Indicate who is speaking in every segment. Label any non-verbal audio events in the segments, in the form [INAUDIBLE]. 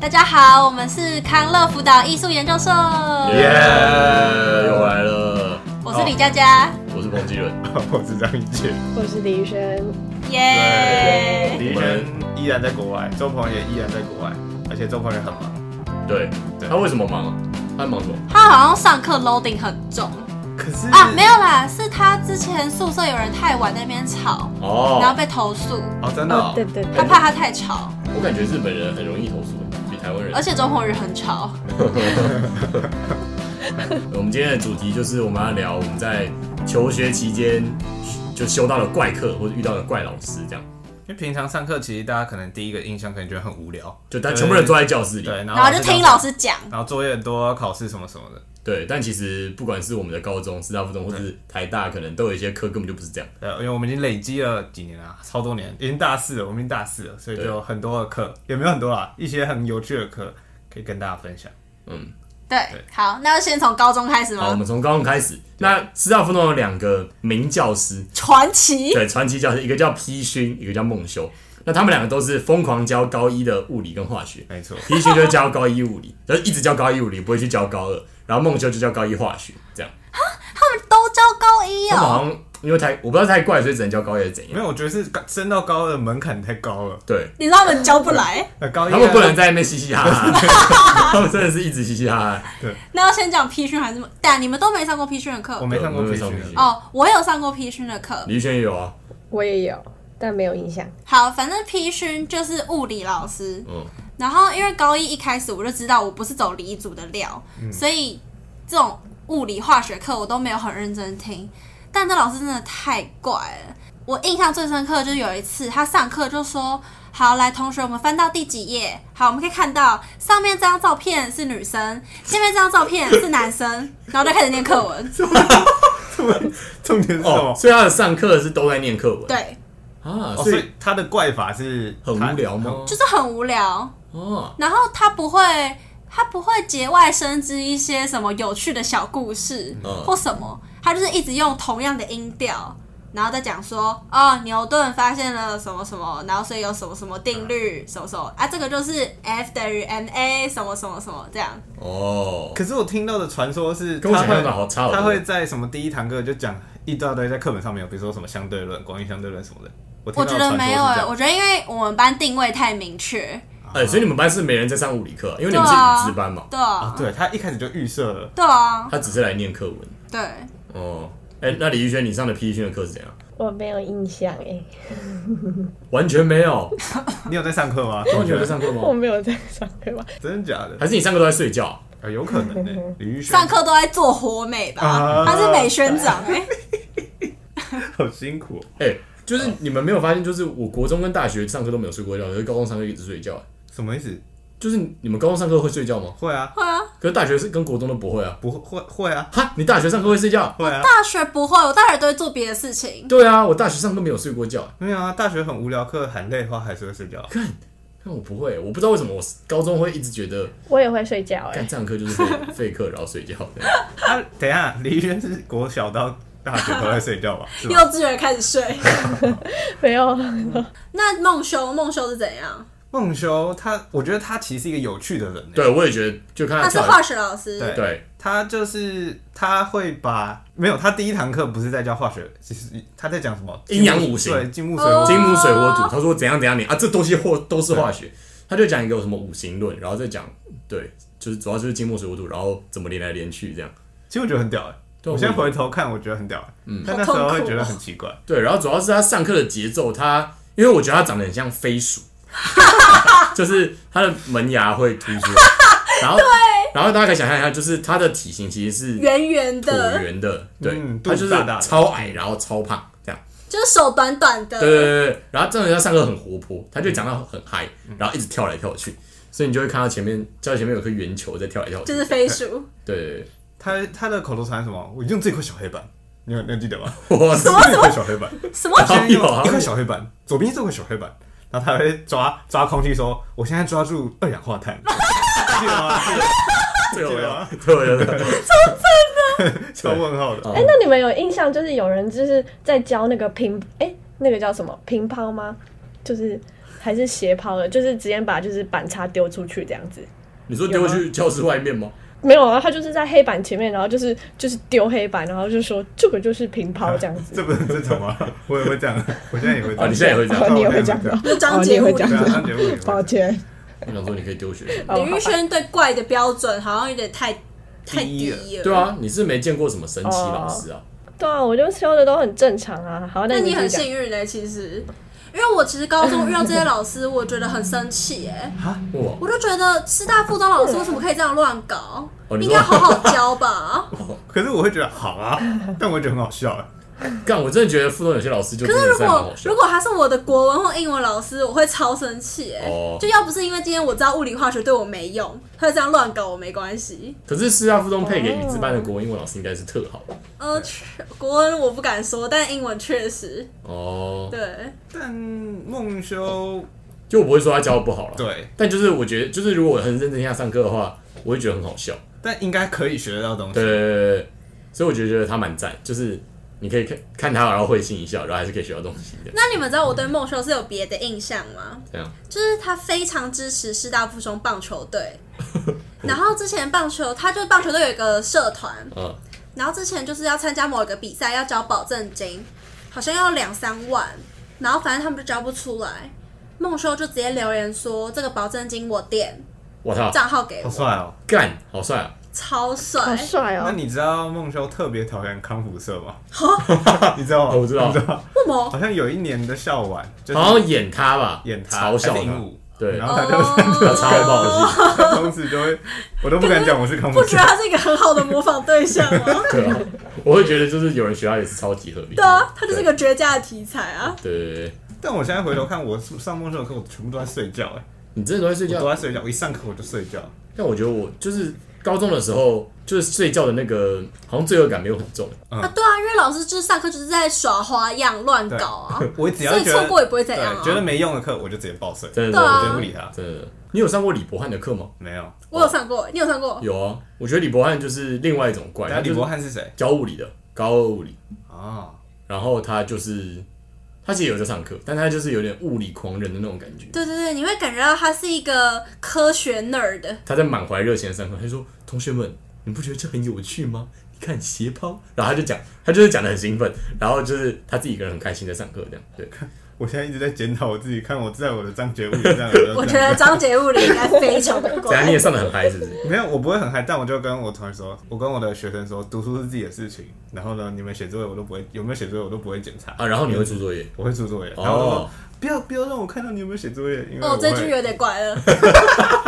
Speaker 1: 大家好，我们是康乐辅导艺术研究所，
Speaker 2: 耶，又来了，
Speaker 1: 我是李佳佳，
Speaker 2: 我是彭基伦，
Speaker 3: 我是张一杰，
Speaker 4: 我是李宇轩，
Speaker 1: 耶、
Speaker 3: 李宇轩依然在国外，周鹏也依然在国外，而且周鹏也很忙。
Speaker 2: 对，
Speaker 3: 对
Speaker 2: 他为什么忙啊？他忙什么？
Speaker 1: 他好像上课 loading 很重
Speaker 3: 可是
Speaker 1: 啊，没有啦，是他之前宿舍有人太晚在那边吵，然后
Speaker 2: 哦，
Speaker 1: 被投诉，
Speaker 3: 哦，真的
Speaker 4: 哦
Speaker 3: 哦，
Speaker 4: 对对对
Speaker 1: 他，怕他太吵，
Speaker 2: 我感觉日本人很容易投诉，比台湾人
Speaker 1: 而。且周鹏宇很吵，
Speaker 2: 我们今天的主题就是我们要聊我们在求学期间就修到了怪课，或者遇到了怪老师，这样
Speaker 3: 因为平常上课其实大家可能第一个印象可能觉得很无聊，
Speaker 2: 就大家全部人坐在教室里。
Speaker 3: 对，然
Speaker 1: 然后就听老
Speaker 3: 师
Speaker 1: 师讲，
Speaker 3: 讲，然后作业很多，考试什么什么的，
Speaker 2: 对，但其实不管是我们的高中、师大附中，或是台大，可能都有一些课根本就不是这样。
Speaker 1: 嗯
Speaker 3: 对，因为我们已经累积了几年了，超多年，已经大四了，我们已经大四了，所以就有很多的课，也没有很多啦，一些很有趣的课可以跟大家分享。
Speaker 2: 嗯，
Speaker 1: 对，好，那就先从高中开始
Speaker 2: 好，我
Speaker 1: 吗？
Speaker 2: 们从高中开始。那师大附中有两个名教师，
Speaker 1: 传奇，
Speaker 2: 对，传奇教师，一个叫批勋，一个叫孟修。那他们两个都是疯狂教高一的物理跟化学，
Speaker 3: 没错，
Speaker 2: 批勋就教高一物理，就是一直教高一物理，不会去教高二。然后孟修就教高一化学，这样。
Speaker 1: 他们都教高一
Speaker 2: 他们
Speaker 1: 哦、
Speaker 2: 好像因为太我不知道太怪，所以只能教高一还是怎
Speaker 3: 没
Speaker 2: 样。
Speaker 3: 有，我觉得是高升到高二的门槛太高了，
Speaker 2: 对，
Speaker 1: 你知道他们教不来，
Speaker 3: 呃，高一
Speaker 2: 他们不能在那边嘻嘻哈哈， [LAUGHS] 他们真的是一直嘻嘻哈哈。
Speaker 1: 那要先讲批训还是什么？啊但你们都没上过批训的课
Speaker 3: 我没上过
Speaker 2: 对我
Speaker 3: 培
Speaker 2: 没上
Speaker 3: 训
Speaker 2: 过
Speaker 3: 的
Speaker 2: 培训
Speaker 1: 哦，我有上过批训的课，
Speaker 2: 李宇轩也有啊，
Speaker 4: 我也有，但没有印象。
Speaker 1: 好，反正批训就是物理老师，
Speaker 2: 嗯，
Speaker 1: 然后因为高一一开始我就知道我不是走理组的料，所以这种物理化学课我都没有很认真听。但这老师真的太怪了，我印象最深刻的就是有一次他上课就说：“好，来同学，我们翻到第几页？好，我们可以看到上面这张照片是女生，下面这张照片是男生。”然后就开始念课文，
Speaker 3: 重点是什
Speaker 2: 哦
Speaker 3: 么，？
Speaker 2: 所以他的上课是都在念课文
Speaker 1: 对，
Speaker 2: 啊，
Speaker 3: 哦，
Speaker 2: 所
Speaker 3: 所
Speaker 2: 以
Speaker 3: 以他的怪法是
Speaker 2: 很无聊吗？
Speaker 1: 就是很无聊。
Speaker 2: 哦，
Speaker 1: 然后他不会，他不会节外生枝一些什么有趣的小故事、
Speaker 2: 嗯
Speaker 1: 或什么，他就是一直用同样的音调，然后再讲说，哦，牛顿发现了什么什么，然后所以有什么什么定
Speaker 3: 嗯
Speaker 1: 律，什么什么啊，这个就是 F 等于 m a 什么什么什么这样，
Speaker 2: 哦，
Speaker 3: 可是我听到的传说是，
Speaker 2: 跟我
Speaker 3: 他
Speaker 2: 想象
Speaker 3: 会
Speaker 2: 的好差好多
Speaker 3: 他会在什么第一堂课就讲一大堆在课本上面有，比如说什么相对论、广义相对论什么的。我
Speaker 1: 我觉
Speaker 3: 听到的
Speaker 1: 得
Speaker 3: 传说
Speaker 1: 没
Speaker 3: 是
Speaker 1: 有
Speaker 3: 这
Speaker 1: 哎、
Speaker 3: 样
Speaker 1: 我觉得因为我们班定位太明确，
Speaker 2: 哎，所以你们班是没人在上物理课，因为你们是
Speaker 1: 对啊
Speaker 2: 语资班嘛，
Speaker 1: 对
Speaker 3: 啊
Speaker 1: 啊，，
Speaker 3: 对他一开始就预设
Speaker 1: [LAUGHS]
Speaker 3: 了，
Speaker 1: 对啊，
Speaker 2: 他只是来念课文。
Speaker 1: 对，
Speaker 2: 哦，哎，那李宇轩，你上的批训的课是怎样？
Speaker 4: 我没有印象哎，
Speaker 2: 完全没有，
Speaker 3: 你有在上课吗？
Speaker 2: [LAUGHS]
Speaker 3: [LAUGHS]
Speaker 2: 完全没上课
Speaker 4: 我
Speaker 2: 吗？
Speaker 4: 没有在上课吧？
Speaker 3: 真的假的？
Speaker 2: [LAUGHS] 还是你上课都在睡觉？
Speaker 3: 啊，有可能
Speaker 1: [LAUGHS]
Speaker 3: 呢。李玉轩
Speaker 1: 上课都在做活美吧
Speaker 3: 啊，
Speaker 1: 他是美宣长
Speaker 3: [LAUGHS]
Speaker 1: 哎、
Speaker 3: 好辛苦，
Speaker 2: 哎、就是你们没有发现，就是我国中跟大学上课都没有睡过觉，可是高中上课一直睡觉、哎
Speaker 3: 什么意思？
Speaker 2: 就是你们高中上课会睡觉吗？
Speaker 3: 会啊，
Speaker 1: 会啊，
Speaker 2: 可是大学是跟国中都不会啊。
Speaker 3: 不会会会啊，
Speaker 2: 哈，你大学上课会睡觉？
Speaker 3: 会啊，
Speaker 1: 大学不会，我大学都会做别的事情。
Speaker 2: 对啊，我大学上课没有睡过觉、哎
Speaker 3: 没有啊。大学很无聊，课很累的话还是会睡觉。
Speaker 2: 但我不会，我不知道为什么我高中会一直觉得，
Speaker 4: 我也会睡觉哎
Speaker 2: 干，这堂课就是废 [LAUGHS] 废课，然后睡觉。这样
Speaker 3: 啊，等一下，李玉轩是国小到大学都在睡觉吧？是
Speaker 1: 幼
Speaker 3: 吧？
Speaker 1: 稚园开始睡。
Speaker 2: [LAUGHS]
Speaker 4: 没 [LAUGHS] 有。
Speaker 1: 那梦修，梦修是怎样？
Speaker 3: 梦修他，我觉得他其实是一个有趣的人呢。
Speaker 2: 对，我也觉得，就看
Speaker 1: 他
Speaker 2: 他
Speaker 1: 是
Speaker 2: 跳
Speaker 1: 化学老师，
Speaker 3: 对
Speaker 2: 对，
Speaker 3: 他就是他会把没有，他第一堂课不是在教化学，其实他在讲什么
Speaker 2: 阴阳五行
Speaker 3: 对，金木水火
Speaker 1: 哦
Speaker 2: 金木水火土，
Speaker 3: 哦
Speaker 2: 他说怎样怎样你啊，这东西或都是化学，他就讲一个什么五行论，然后再讲对，就是主要就是金木水火土，然后怎么连来连去这样。
Speaker 3: 其实我觉得很屌哎、
Speaker 2: 对
Speaker 3: 我现在
Speaker 2: 我
Speaker 3: 回头看，我觉得很屌、欸。嗯，但那时
Speaker 1: 好痛
Speaker 3: 候
Speaker 1: 苦哦
Speaker 3: 会觉得很奇怪，
Speaker 2: 对，然后主要是他上课的节奏，他因为我觉得他长得很像飞鼠， [LAUGHS] 就是他的门牙会突出
Speaker 3: [LAUGHS]
Speaker 2: 来，然后然后大家可以想象一下，就是他的体型其实是
Speaker 1: 圆圆
Speaker 2: 椭
Speaker 1: 的，
Speaker 2: 圆的，对，
Speaker 3: 嗯
Speaker 2: 他就是
Speaker 3: 肚子大大的
Speaker 2: 超矮，然后超胖这样。
Speaker 1: 就是手短短的。
Speaker 2: 对对对对，然后这种人他上课很活泼，他就讲到很嗨，
Speaker 1: 嗯
Speaker 2: 然后一直跳来跳去，所以你就会看到前面教室前面有颗圆球在跳来跳去，
Speaker 1: 就是飞鼠，
Speaker 2: 对对
Speaker 3: 他他的口头禅是什么？我用这块小黑板，你有你有记
Speaker 1: [LAUGHS]
Speaker 3: 得吗？
Speaker 2: 对，哇塞，
Speaker 3: 这块小黑
Speaker 2: [LAUGHS]
Speaker 3: 板，
Speaker 1: 什么
Speaker 3: 我？现在用
Speaker 2: 好有啊
Speaker 3: 一块小黑板，左边这块小黑板，然后他会抓抓空气说，我现在抓住二氧化碳。 [LAUGHS] 记得吗？
Speaker 2: 这个我要
Speaker 3: 这，
Speaker 2: 这个我要，
Speaker 3: 超问号的，
Speaker 4: 哎，那你们有印象欸就是有人就是在教那个乒哎那个叫什么乒乓吗？就是还是斜抛的，就是直接把就是板擦丢出去这样子。
Speaker 2: 你说丢去教室外面吗？
Speaker 4: 没有啊，他就是在黑板前面，然后就是就是丢黑板，然后就说这个就是平抛这样子。
Speaker 3: 这不是很正常吗？我也会这样，我现在也会这
Speaker 2: 啊
Speaker 3: 样。
Speaker 2: 你现在也会这样
Speaker 4: 哦，你也
Speaker 3: 我
Speaker 4: 会
Speaker 3: 现
Speaker 4: [LAUGHS] 这
Speaker 3: 在也
Speaker 4: 样子哦，
Speaker 3: 会
Speaker 1: 就张
Speaker 4: 哦
Speaker 1: 杰
Speaker 4: 你也会
Speaker 1: 物
Speaker 4: 这样
Speaker 3: 这样。
Speaker 4: 子
Speaker 3: 对啊，张杰伟也
Speaker 4: 抱
Speaker 3: 会。
Speaker 4: 歉。
Speaker 2: 我想说你可以丢学生。
Speaker 4: 哦
Speaker 1: 李玉轩对怪的标准好像有点太太低
Speaker 3: 低
Speaker 1: 了。
Speaker 2: 对啊，你是没见过什么神奇老师啊？
Speaker 4: 对啊，我就修的都很正常啊。好，
Speaker 1: 那
Speaker 4: 你
Speaker 1: 你
Speaker 4: 继续
Speaker 1: 很
Speaker 4: 讲
Speaker 1: 幸运嘞、欸其实，因为我其实高中遇到这些老师，我觉得很生气哎、
Speaker 2: 哇，
Speaker 1: 我就觉得师大附中老师为什么可以这样乱搞？
Speaker 2: 哦你
Speaker 1: 应
Speaker 2: 说
Speaker 1: 该好好教
Speaker 2: [LAUGHS]
Speaker 1: 吧。
Speaker 3: 可是我会觉得好啊，但我觉得很好笑啊。
Speaker 2: 干，我真的觉得附中有些老师就
Speaker 1: 可
Speaker 2: 真
Speaker 1: 是
Speaker 2: 的
Speaker 1: 如
Speaker 2: 是蛮好
Speaker 1: 果
Speaker 2: 笑
Speaker 1: 如。果他是我的国文或英文老师，我会超生气哎、
Speaker 2: 哦
Speaker 1: 就要不是因为今天我知道物理化学对我没用，他这样乱搞我没关系。
Speaker 2: 可是师大附中配给你自班的国文英文老师应该是特好
Speaker 1: 呃，确国文我不敢说，但英文确实
Speaker 2: 哦，
Speaker 1: 对。
Speaker 3: 但梦修
Speaker 2: 就我不会说他教的不好了。
Speaker 3: 对，
Speaker 2: 但就是我觉得，就是如果我很认真下上课的话，我会觉得很好笑。
Speaker 3: 但应该可以学得到东
Speaker 2: 对
Speaker 3: 西。
Speaker 2: 对对对对，所以我就觉得他蛮赞，就是你可以看看他，然后会心一笑，然后还是可以学到东西的。
Speaker 1: 那你们知道我对孟修是有别的印象吗？
Speaker 2: 这样，
Speaker 1: 就是他非常支持师大附中棒球
Speaker 2: [LAUGHS]
Speaker 1: 队。然后之前棒球，他就是棒球队有一个社团，
Speaker 2: 嗯，
Speaker 1: 然后之前就是要参加某一个比赛，要交保证金，好像要两三万，然后反正他们就交不出来。孟修就直接留言说：“这个保证金我垫，
Speaker 2: 我操，
Speaker 1: 账号给
Speaker 3: 好
Speaker 1: 我。
Speaker 3: 帅哦！
Speaker 2: 干，好帅啊！”
Speaker 1: 超
Speaker 4: 好
Speaker 1: 帅，
Speaker 4: 帅
Speaker 3: 那
Speaker 4: 哦！
Speaker 3: 你知道梦修特别讨厌康复社吗？ [LAUGHS] 你知道吗？
Speaker 2: 我知道
Speaker 3: 你知道。
Speaker 1: 为什么？
Speaker 3: 好像有一年的校晚，就是
Speaker 2: 好像演他吧，
Speaker 3: 演他
Speaker 2: 嘲笑
Speaker 3: 还是鹦
Speaker 2: 他，
Speaker 3: 鹉，
Speaker 2: 对
Speaker 3: 然后 [LAUGHS] 他就
Speaker 1: 哦 [LAUGHS]
Speaker 2: 超暴气，
Speaker 3: 他从此就会，我都不敢讲我是康复
Speaker 1: 不觉
Speaker 3: 社
Speaker 1: 得。他是一个很好的模仿对象
Speaker 3: [LAUGHS]
Speaker 1: 吗？
Speaker 2: 对啊，我会觉得就是有人学他也是超级合理。
Speaker 1: 对啊，他就是一个绝佳的题材啊！
Speaker 2: 对。对对对，
Speaker 3: 但我现在回头看，我上梦修的课，我全部都在睡觉，哎，
Speaker 2: 你真的都在睡
Speaker 3: 我都
Speaker 2: 觉？
Speaker 3: 在睡觉，我一上课我就睡觉。
Speaker 2: 但我觉得我就是高中的时候，就是睡觉的那个好像罪恶感没有很重。
Speaker 3: 嗯
Speaker 1: 啊，对啊，因为老师就是上课就是在耍花样乱搞啊，
Speaker 3: 我只要
Speaker 1: 所以
Speaker 3: 觉
Speaker 1: 错
Speaker 3: 得
Speaker 1: 过也不会怎样
Speaker 3: 对
Speaker 1: 啊。
Speaker 3: 觉得没用的课，我就直接爆睡，
Speaker 2: 真的
Speaker 1: 对
Speaker 3: 我
Speaker 1: 啊
Speaker 3: 绝不理他。
Speaker 2: 真的真的。你有上过李博翰的课吗？
Speaker 3: 没有，
Speaker 1: 我有上过，你有上过？
Speaker 2: 有啊，我觉得李博翰就是另外一种怪，
Speaker 3: 等下
Speaker 2: 他就
Speaker 3: 李
Speaker 2: 是
Speaker 3: 博翰是谁
Speaker 2: 教物理的，高二物理。
Speaker 3: 啊？
Speaker 2: 然后他就是他其实有在上课，但他就是有点物理狂人的那种感觉。
Speaker 1: 对对对，你会感觉到他是一个科学 nerd，
Speaker 2: 他在满怀热情的上课，他就说：“同学们，你不觉得这很有趣吗？你看斜抛。”然后他就讲，他就是讲的很兴奋，然后就是他自己一个人很开心在上课这样。对，
Speaker 3: 我现在一直在检讨我自己，看我在我的张觉悟这样，就
Speaker 1: 我觉
Speaker 3: 这样
Speaker 1: 得张杰物理应该非常
Speaker 3: [LAUGHS]
Speaker 1: 的
Speaker 2: 怎样你
Speaker 1: 怪。
Speaker 2: 也上的很嗨是不是？
Speaker 3: 没有，我不会很嗨，但我就跟我同学说，我跟我的学生说，读书是自己的事情。然后呢，你们写作业我都不会，有没有写作业我都不会检查，
Speaker 2: 啊，然后你会出
Speaker 3: [LAUGHS]
Speaker 2: 作业
Speaker 3: 我会做作业。然后我
Speaker 2: 哦
Speaker 3: 说，不要不要让我看到你有没有写作业，因为我
Speaker 1: 哦，这句
Speaker 3: 会
Speaker 1: 有点怪呃了。
Speaker 3: [LAUGHS]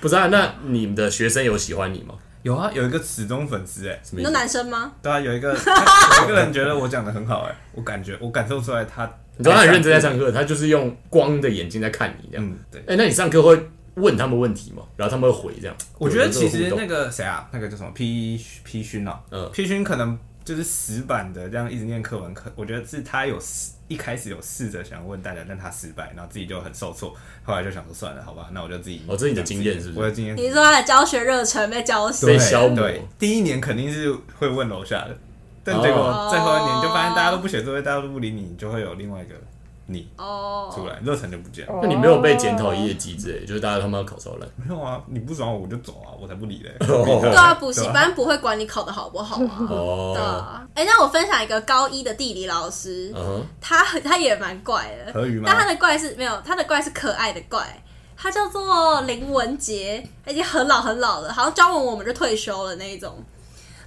Speaker 2: 不是啊？那你们的学生有喜欢你吗？
Speaker 3: 有啊，有一个死忠粉丝哎、
Speaker 2: 什
Speaker 1: 你
Speaker 2: 么意
Speaker 1: 说
Speaker 2: 思？
Speaker 1: 男生吗？
Speaker 3: 对啊，有一个 [LAUGHS] 有一个人觉得我讲的很好哎、我感觉我感受出来他，
Speaker 2: 你知道他很认真在，上课，他就是用光的眼睛在看你这样。
Speaker 3: 嗯，对。
Speaker 2: 哎、那你上课会问他们问题吗？然后他们会回这样？
Speaker 3: 我觉得其
Speaker 2: 有
Speaker 3: 实
Speaker 2: 这个互动
Speaker 3: 那个谁啊，那个叫什么 P P 勋啊，
Speaker 2: 嗯
Speaker 3: ，P 勋可能就是死板的这样一直念课文课，我觉得是他有试一开始有试着想问大家，但他失败，然后自己就很受挫，后来就想说算了，好吧，那我就自己。
Speaker 2: 哦这是你的经验是不是
Speaker 3: 我的经验。
Speaker 1: 你是说他的教学热忱被浇
Speaker 2: 被
Speaker 1: 熄
Speaker 3: 对？
Speaker 2: 消磨
Speaker 3: 对，第一年肯定是会问楼下的，但结
Speaker 2: 哦
Speaker 3: 果最后一年就发现大家都不写作业，大家都不理你，你就会有另外一个你出
Speaker 1: 哦，
Speaker 3: 来，热忱就不见了。
Speaker 2: 那你没有被检讨业绩之类，就是大家他妈考超烂。
Speaker 3: 没有啊，你不爽我就走啊，我才不理嘞。
Speaker 1: 对啊，补习
Speaker 3: 对啊
Speaker 1: 班不会管你考的好不好
Speaker 2: [LAUGHS]
Speaker 3: [LAUGHS]
Speaker 1: 啊。对
Speaker 2: 哦，
Speaker 1: 啊，哎，那我分享一个高一的地理老师，
Speaker 2: 嗯哼，
Speaker 1: 他很他也蛮怪的，
Speaker 3: 何啊鱼吗
Speaker 1: 但？他的怪是没有，他的怪是可爱的怪，他叫做林文杰，已经很老很老了，好像教完我们就退休了那一种。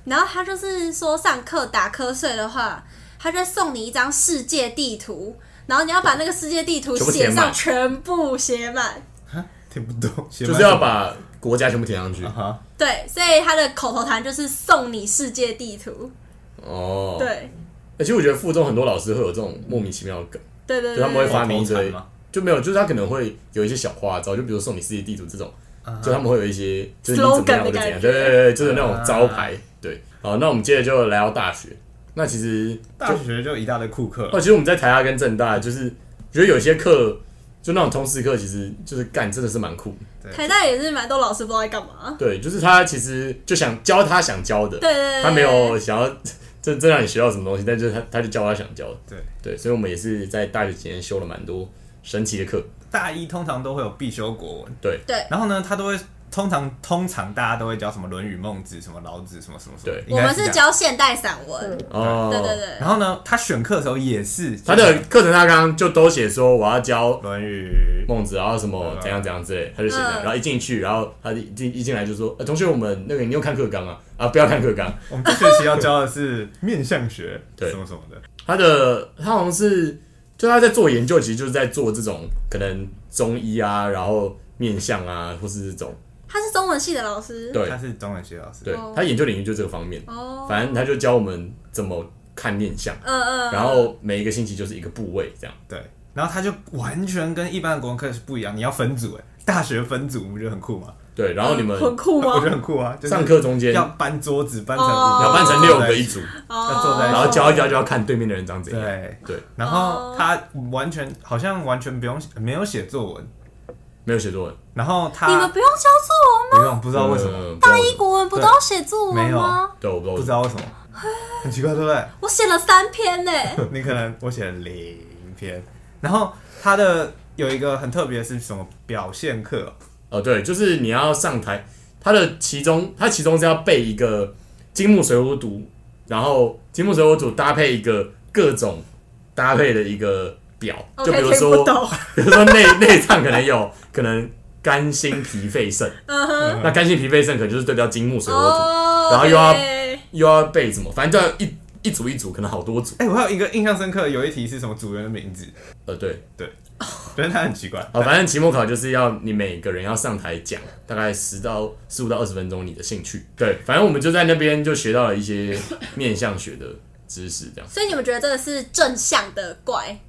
Speaker 1: 然后他就是说，上课打瞌睡的话，他就会送你一张世界地图，然后你要把那个世界地图
Speaker 2: 全部
Speaker 1: 写
Speaker 2: 填满
Speaker 1: 上，全部写满。
Speaker 3: 哈听不懂，
Speaker 2: 就
Speaker 3: 就是
Speaker 2: 要把国家全部填上去
Speaker 3: 啊。哈。
Speaker 1: 对，所以他的口头禅就是送你世界地图。
Speaker 2: 哦，
Speaker 1: 对，
Speaker 2: 而且我觉得附中很多老师会有这种莫名其妙的梗，
Speaker 1: 对对
Speaker 2: 就他们会
Speaker 1: 对，
Speaker 2: 发明一
Speaker 3: 口头禅
Speaker 2: 堆
Speaker 3: 吗，
Speaker 2: 就没有，就是他可能会有一些小花招，就比如送你世界地图这种，就他们会有一些就是你怎么
Speaker 1: Slogan
Speaker 2: 样
Speaker 1: 的
Speaker 2: 我就怎
Speaker 1: 感
Speaker 2: 样，
Speaker 1: 觉
Speaker 2: 对对对，就是那种
Speaker 3: 啊
Speaker 2: 招牌。对，好，那我们接着就来到大学。那其实
Speaker 3: 大学就一大堆库克
Speaker 2: 哦，，其实我们在台大跟正大，就是觉得有些课，就那种通识课，其实就是干真的是蛮酷的。
Speaker 1: 台大也是蛮多老师不知道在干嘛。
Speaker 2: 对，就是他其实就想教他想教的，
Speaker 1: 对对对，对
Speaker 2: 他没有想要 [LAUGHS] 真真让你学到什么东西，但就是他他就教他想教的。
Speaker 3: 对
Speaker 2: 对，所以我们也是在大学期间修了蛮多神奇的课，
Speaker 3: 大一通常都会有必修国文，
Speaker 2: 对
Speaker 1: 对
Speaker 3: 然后呢，他都会通常通常大家都会教什么《论语》《孟子》什么老子什么什么什么
Speaker 2: 对，
Speaker 3: 应
Speaker 1: 我
Speaker 3: 该
Speaker 1: 们
Speaker 3: 这
Speaker 1: 是
Speaker 3: 样。
Speaker 1: 教现代散文，
Speaker 2: 哦，
Speaker 1: 对对。对，
Speaker 3: 然后呢，他选课的时候也是
Speaker 2: 他的课程大纲就都写说我要教
Speaker 3: 《论语》
Speaker 2: 孟子，然啊后什么怎样怎样之类，他就写这样。
Speaker 1: 嗯
Speaker 2: 然后一进去，然后他一进一进来就说：“呃，同学，我们那个你有看课纲吗？啊，不要看课纲。
Speaker 3: 我们这学期要教的是面相学，
Speaker 2: 对
Speaker 3: 什么什么的。”
Speaker 2: 他的他好像是就他在做研究，其实就是在做这种可能中医啊，然后面相啊，或是这种
Speaker 1: 他是中文系的老师，
Speaker 2: 对
Speaker 3: 他是中文系老师，
Speaker 2: 对
Speaker 1: 哦，
Speaker 2: 他研究领域就这个方面。
Speaker 1: 哦，
Speaker 2: 反正他就教我们怎么看面相，
Speaker 1: 嗯嗯，
Speaker 2: 然后每一个星期就是一个部位这样。
Speaker 3: 对。然后他就完全跟一般的国文课是不一样，你要分组哎，大学分组不觉得很酷吗？
Speaker 2: 对，然后你们
Speaker 1: 嗯
Speaker 4: 很酷
Speaker 3: 我觉得
Speaker 4: 吗？
Speaker 3: 很酷啊，就是
Speaker 2: 上课中间
Speaker 3: 要
Speaker 2: 要
Speaker 3: 搬桌子，搬成五
Speaker 1: 哦
Speaker 3: 个
Speaker 1: 要
Speaker 2: 扮成六个一组，
Speaker 3: 要坐在一
Speaker 2: 然后
Speaker 3: 起
Speaker 2: 教一教就要看对面的人长怎样。
Speaker 3: 对。
Speaker 2: 对，
Speaker 3: 然
Speaker 1: 哦
Speaker 3: 后他完全好像完全不用没有写作文，
Speaker 2: 没有写作文，
Speaker 3: 然后他
Speaker 1: 你们不用教作文吗？
Speaker 3: 不用不知道为什么，
Speaker 2: 嗯？
Speaker 1: 大
Speaker 2: 不知道为
Speaker 1: 一
Speaker 2: 什么
Speaker 1: 国文不都要写作文吗？
Speaker 2: 对，我不
Speaker 3: 不
Speaker 2: 知
Speaker 3: 知
Speaker 2: 道
Speaker 3: 道为什么，很奇怪对不对？
Speaker 2: [LAUGHS]
Speaker 1: 我写了三篇呢，
Speaker 3: 你可能我写了零篇，然后他的有一个很特别的是什么表现课哦，
Speaker 2: 哦，对，就是你要上台，他的其中他其中是要背一个金木水火土，然后金木水火土搭配一个各种搭配的一个表，就比
Speaker 1: OK，
Speaker 2: 如
Speaker 1: 哦听不
Speaker 2: 说
Speaker 1: 懂，
Speaker 2: [LAUGHS] 比如说内内脏可能有可能肝心脾肺肾，
Speaker 1: [LAUGHS] 嗯哼，
Speaker 2: 那肝心脾肺肾可能就是对标金木水火土，
Speaker 1: 哦，
Speaker 2: 然后又要
Speaker 1: OK
Speaker 2: 又要背什么，反正就要一一组一组，可能好多组。
Speaker 3: 哎、我还有一个印象深刻，有一题是什么组员的名字，
Speaker 2: 呃，对，
Speaker 3: 反正他很奇怪。
Speaker 2: 啊，反正期末考就是要你每个人要上台讲，大概十到十五到二十分钟你的兴趣。对，反正我们就在那边就学到了一些面向学的知识，这样。
Speaker 1: 所以你们觉得这个是正向的怪？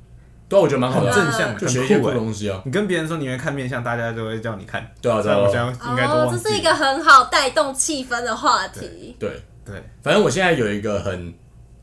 Speaker 2: 对啊，我觉得蛮好的
Speaker 3: 很
Speaker 2: 啊，
Speaker 3: 正向，
Speaker 2: 就
Speaker 3: 很
Speaker 2: 学一些
Speaker 3: 酷
Speaker 2: 酷
Speaker 3: 哎、
Speaker 2: 的东西啊。
Speaker 3: 你跟别人说你愿意看面相，大家都会叫你看。
Speaker 2: 对啊，对
Speaker 3: 虽然我
Speaker 2: 啊，
Speaker 3: 想应该都
Speaker 1: 哦，
Speaker 3: 忘记。
Speaker 1: 这是一个很好带动气氛的话题。
Speaker 2: 对。
Speaker 3: 对，
Speaker 2: 反正我现在有一个很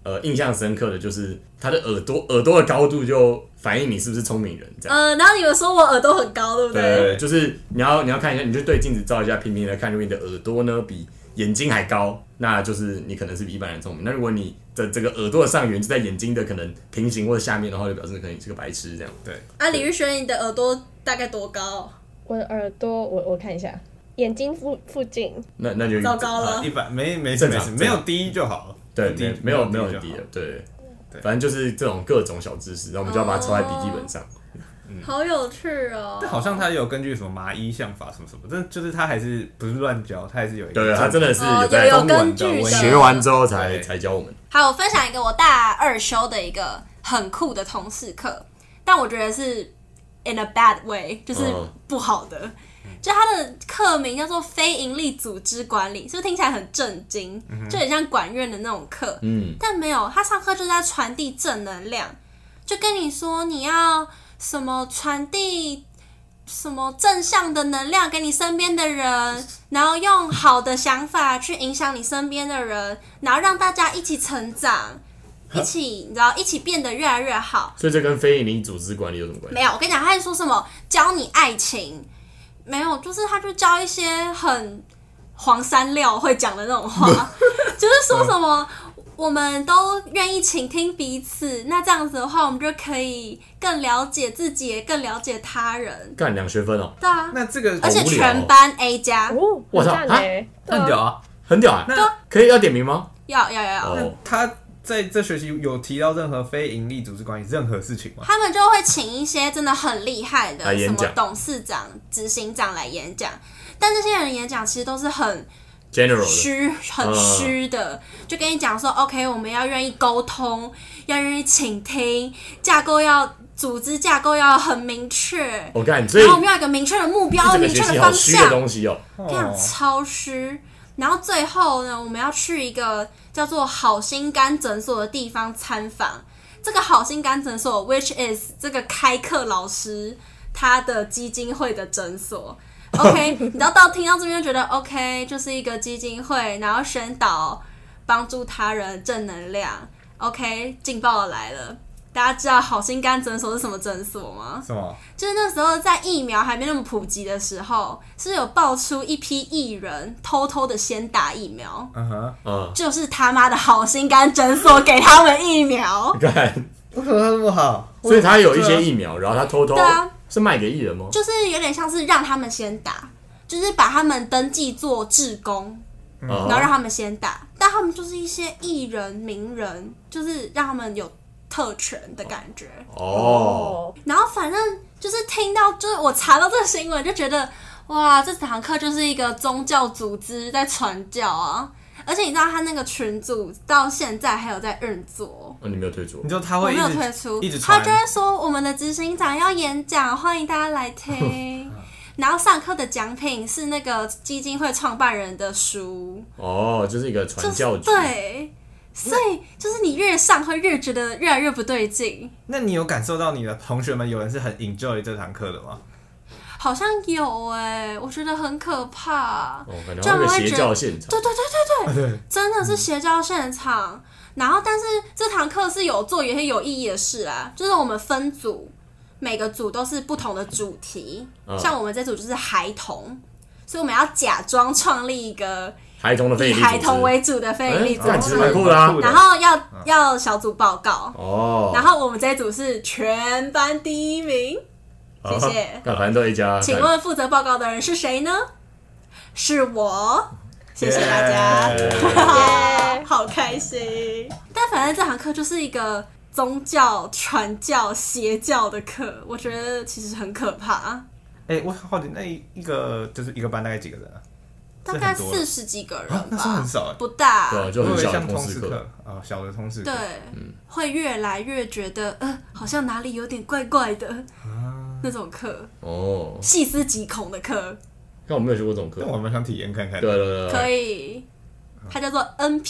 Speaker 2: 呃印象深刻的就是他的耳朵耳朵的高度就反映你是不是聪明人这样。
Speaker 1: 呃，然后你们说我耳朵很高，对不对？
Speaker 2: 对，就是你要你要看一下，你就对镜子照一下，平平的看，如果你的耳朵呢比眼睛还高，那就是你可能是比一般人聪明。那如果你的这个耳朵的上缘就在眼睛的可能平行或者下面的话，就表示可能你是个白痴这样。
Speaker 1: 啊，李玉轩，你的耳朵大概多高？
Speaker 4: 我的耳朵，我我看一下，眼睛附附近，
Speaker 2: 那那就
Speaker 1: 糟糕了
Speaker 3: 啊，一般没没事
Speaker 2: 正
Speaker 3: 没
Speaker 2: 常
Speaker 3: 事，
Speaker 2: 正常
Speaker 3: 没有低就好了。
Speaker 2: 对，
Speaker 3: 不低
Speaker 2: 没没有没啊有
Speaker 3: 就好
Speaker 2: 低的，对。
Speaker 3: 对
Speaker 2: 反正就是这种各种小知识，然后我们就要把它抄在笔记本上。
Speaker 3: 嗯
Speaker 1: 好有趣哦！
Speaker 3: 但好像他有根据什么麻衣相法什么什么，但就是他还是不是乱教，他还是有一个
Speaker 2: 对，他啊真的是
Speaker 1: 哦
Speaker 2: 在
Speaker 1: 有
Speaker 3: 中文
Speaker 1: 根
Speaker 3: 的
Speaker 1: 据的，
Speaker 3: 文
Speaker 2: 学完之后才
Speaker 3: 对
Speaker 2: 才教我们。
Speaker 1: 好，我分享一个我大二修的一个很酷的同事课，但我觉得是 in a bad way，就是
Speaker 2: 嗯
Speaker 1: 不好的。就它的课名叫做《非营利组织管理》，是不是听起来很震惊？就很像管院的那种课，
Speaker 2: 嗯，
Speaker 1: 但没有，他上课就是在传递正能量，就跟你说你要什么传递什么正向的能量给你身边的人，然后用好的想法去影响你身边的人，然后让大家一起成长，一起你知道一起变得越来越好。
Speaker 2: 所以这跟非营利组织管理有什么关系？
Speaker 1: 没有，我跟你讲，他是说什么教你爱情，没有，就是他就教一些很黄山料会讲的那种话，
Speaker 2: [LAUGHS]
Speaker 1: 就是说什么。我们都愿意倾听彼此，那这样子的话，我们就可以更了解自己，也更了解他人。
Speaker 2: 干两学分哦，
Speaker 1: 对啊，
Speaker 3: 那这个
Speaker 1: 而且
Speaker 2: 无聊哦
Speaker 1: 全班 A 加，
Speaker 4: 哦，
Speaker 2: 我
Speaker 4: 很
Speaker 2: 操
Speaker 4: 赞嘞，对
Speaker 3: 很
Speaker 4: 啊
Speaker 3: 屌啊！
Speaker 2: 很屌啊！
Speaker 3: 那
Speaker 2: 可以要点名吗？
Speaker 1: 要要要要，
Speaker 2: 哦，
Speaker 3: 他在这学期有提到任何非盈利组织关系任何事情吗？
Speaker 1: 他们就会请一些真的很厉害
Speaker 2: 来
Speaker 1: 的，
Speaker 2: 演
Speaker 1: 什
Speaker 2: 讲
Speaker 1: 么董事长、执行长来演讲，但这些人演讲其实都是很
Speaker 2: general 的，嗯
Speaker 1: 虚很虚的，就跟你讲说，OK，我们要愿意沟通，要愿意倾听，架构要组织架构要很明确，
Speaker 2: 我干，所以
Speaker 1: 然后我们要有一个明确的目标、
Speaker 2: 这个
Speaker 1: 明
Speaker 2: 学
Speaker 1: 确
Speaker 2: 期好
Speaker 1: 方
Speaker 2: 虚的
Speaker 1: 向，
Speaker 2: 东西哦。
Speaker 1: 这样超虚。然后最后呢，我们要去一个叫做好心肝诊所的地方参访。这个好心肝诊所，which is 这个开课老师他的基金会的诊所。OK，你知道到听到这边就觉得 OK，就是一个基金会，然后宣导帮助他人正能量。OK，劲爆的来了！大家知道好心肝诊所是什么诊所吗？
Speaker 3: 什么？
Speaker 1: 就是那时候在疫苗还没那么普及的时候，是有爆出一批艺人偷偷的先打疫苗，
Speaker 3: 嗯哼，
Speaker 2: 嗯，
Speaker 1: 就是他妈的好心肝诊所给他们疫苗。
Speaker 2: 干
Speaker 3: 为什么他那么好？
Speaker 2: 所以他有一些疫苗，然后他偷偷
Speaker 1: 对啊
Speaker 2: 是卖给艺人吗？
Speaker 1: 就是有点像是让他们先打，就是把他们登记做志工，
Speaker 2: 哦
Speaker 1: 嗯然后让他们先打，但他们就是一些艺人、名人，就是让他们有特权的感觉。
Speaker 2: 哦，
Speaker 1: 然后反正就是听到，就是我查到这个新闻，就觉得哇，这堂课就是一个宗教组织在传教啊。而且你知道他那个群组到现在还有在运作，
Speaker 2: 哦你没有退出
Speaker 3: 你，知道他
Speaker 1: 我
Speaker 3: 会
Speaker 1: 没
Speaker 3: 一
Speaker 1: 有
Speaker 3: 直
Speaker 1: 退出
Speaker 3: 一直，
Speaker 1: 他
Speaker 3: 传
Speaker 1: 就，会说我们的执行长要演讲，欢迎大家来
Speaker 3: [LAUGHS]
Speaker 1: 听。然后上课的奖品是那个基金会创办人的书，
Speaker 2: 哦，就是一个
Speaker 1: 就
Speaker 2: 传
Speaker 1: 是
Speaker 2: 教组，
Speaker 1: 对，所以就是你越上会越觉得越来越不对劲，
Speaker 3: 那你有感受到你的同学们有人是很 enjoy 这堂课的吗？
Speaker 1: 好像有哎、我觉得很可怕。
Speaker 2: 哦，感觉
Speaker 1: 这样
Speaker 2: 那个
Speaker 1: 我会
Speaker 2: 邪
Speaker 1: 觉
Speaker 2: 教现场
Speaker 1: 对对对
Speaker 2: 啊
Speaker 1: 对对，真的是邪教现场。然后，但是这堂课是有做有些有意义的事啊，就是我们分组，每个组都是不同的主题，
Speaker 2: 嗯
Speaker 1: 像我们这组就是孩童，所以我们要假装创立一个
Speaker 2: 孩童的非
Speaker 1: 以
Speaker 2: 营利
Speaker 1: 孩
Speaker 2: 组
Speaker 1: 童
Speaker 2: 织，
Speaker 1: 为主的非营利组
Speaker 2: 哎干其实蛮
Speaker 1: 织，嗯
Speaker 2: 酷的啊
Speaker 1: 然后要要小组报告，
Speaker 2: 哦，
Speaker 1: 然后我们这一组是全班第一名，谢谢
Speaker 2: 啊。干反正都一家，
Speaker 1: 请问负责报告的人是谁呢？是我，谢谢大家
Speaker 3: Yeah
Speaker 1: 耶好开心。但反正这堂课就是一个宗教、传教、邪教的课，我觉得其实很可怕。
Speaker 3: 哎、我好奇那一一个就是一个班大概几个人啊？
Speaker 1: 大概四十几个
Speaker 3: 啊
Speaker 1: 人
Speaker 3: 那算
Speaker 1: 吧
Speaker 3: 很，少哎、
Speaker 1: 不大。
Speaker 2: 对啊，就
Speaker 3: 我以
Speaker 2: 很
Speaker 3: 为
Speaker 2: 小的
Speaker 3: 像
Speaker 2: 公
Speaker 3: 通
Speaker 2: 司
Speaker 3: 识
Speaker 2: 课，
Speaker 3: 课啊、哦小的通识课
Speaker 1: 对，
Speaker 3: 嗯
Speaker 1: 会越来越觉得，呃，好像哪里有点怪怪的、
Speaker 3: 啊
Speaker 1: 那种课，
Speaker 2: 哦，
Speaker 1: 细思极恐的课，
Speaker 2: 看我没有学过这种课
Speaker 3: 那，我蛮想体验看看
Speaker 2: 对。对对
Speaker 1: 可
Speaker 2: 对，
Speaker 1: 以，它叫做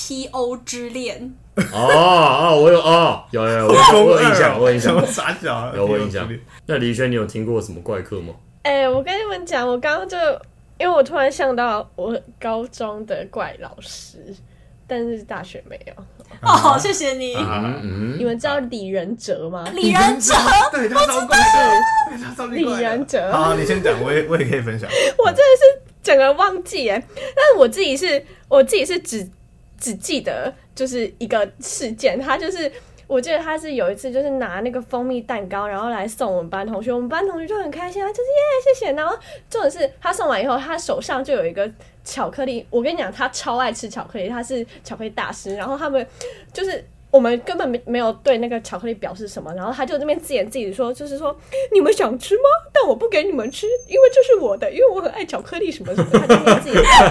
Speaker 1: NPO 之恋。
Speaker 2: 哦哦，我有哦，有有有，我有我有印象，我有印象。
Speaker 3: 哦傻啊小，
Speaker 2: 有我印象那李宇轩，你有听过什么怪课吗？
Speaker 4: 哎、我跟你们讲，我刚刚就因为我突然想到我高中的怪老师，但是大学没有。
Speaker 3: 啊
Speaker 1: 哦，谢谢你，
Speaker 2: 嗯
Speaker 4: 你们知道李仁哲吗？
Speaker 1: 李仁
Speaker 3: [LAUGHS]
Speaker 1: 哲。
Speaker 3: 对，他超怪的，他超级怪的
Speaker 4: 李仁哲
Speaker 3: 好，你先讲，我也我也可以分享。
Speaker 4: 我真的是整个忘记哎，但我自己是，我自己是只只记得就是一个事件，他就是。我记得他是有一次，就是拿那个蜂蜜蛋糕，然后来送我们班同学，我们班同学就很开心啊，就是耶，谢谢。然后重点是他送完以后，他手上就有一个巧克力。我跟你讲，他超爱吃巧克力，他是巧克力大师。然后他们就是我们根本没没有对那个巧克力表示什么，然后他就那边自言自语说，就是说你们想吃吗？但我不给你们吃，因为这是我的，因为我很爱巧克力什么什么。他就那边自己，你不觉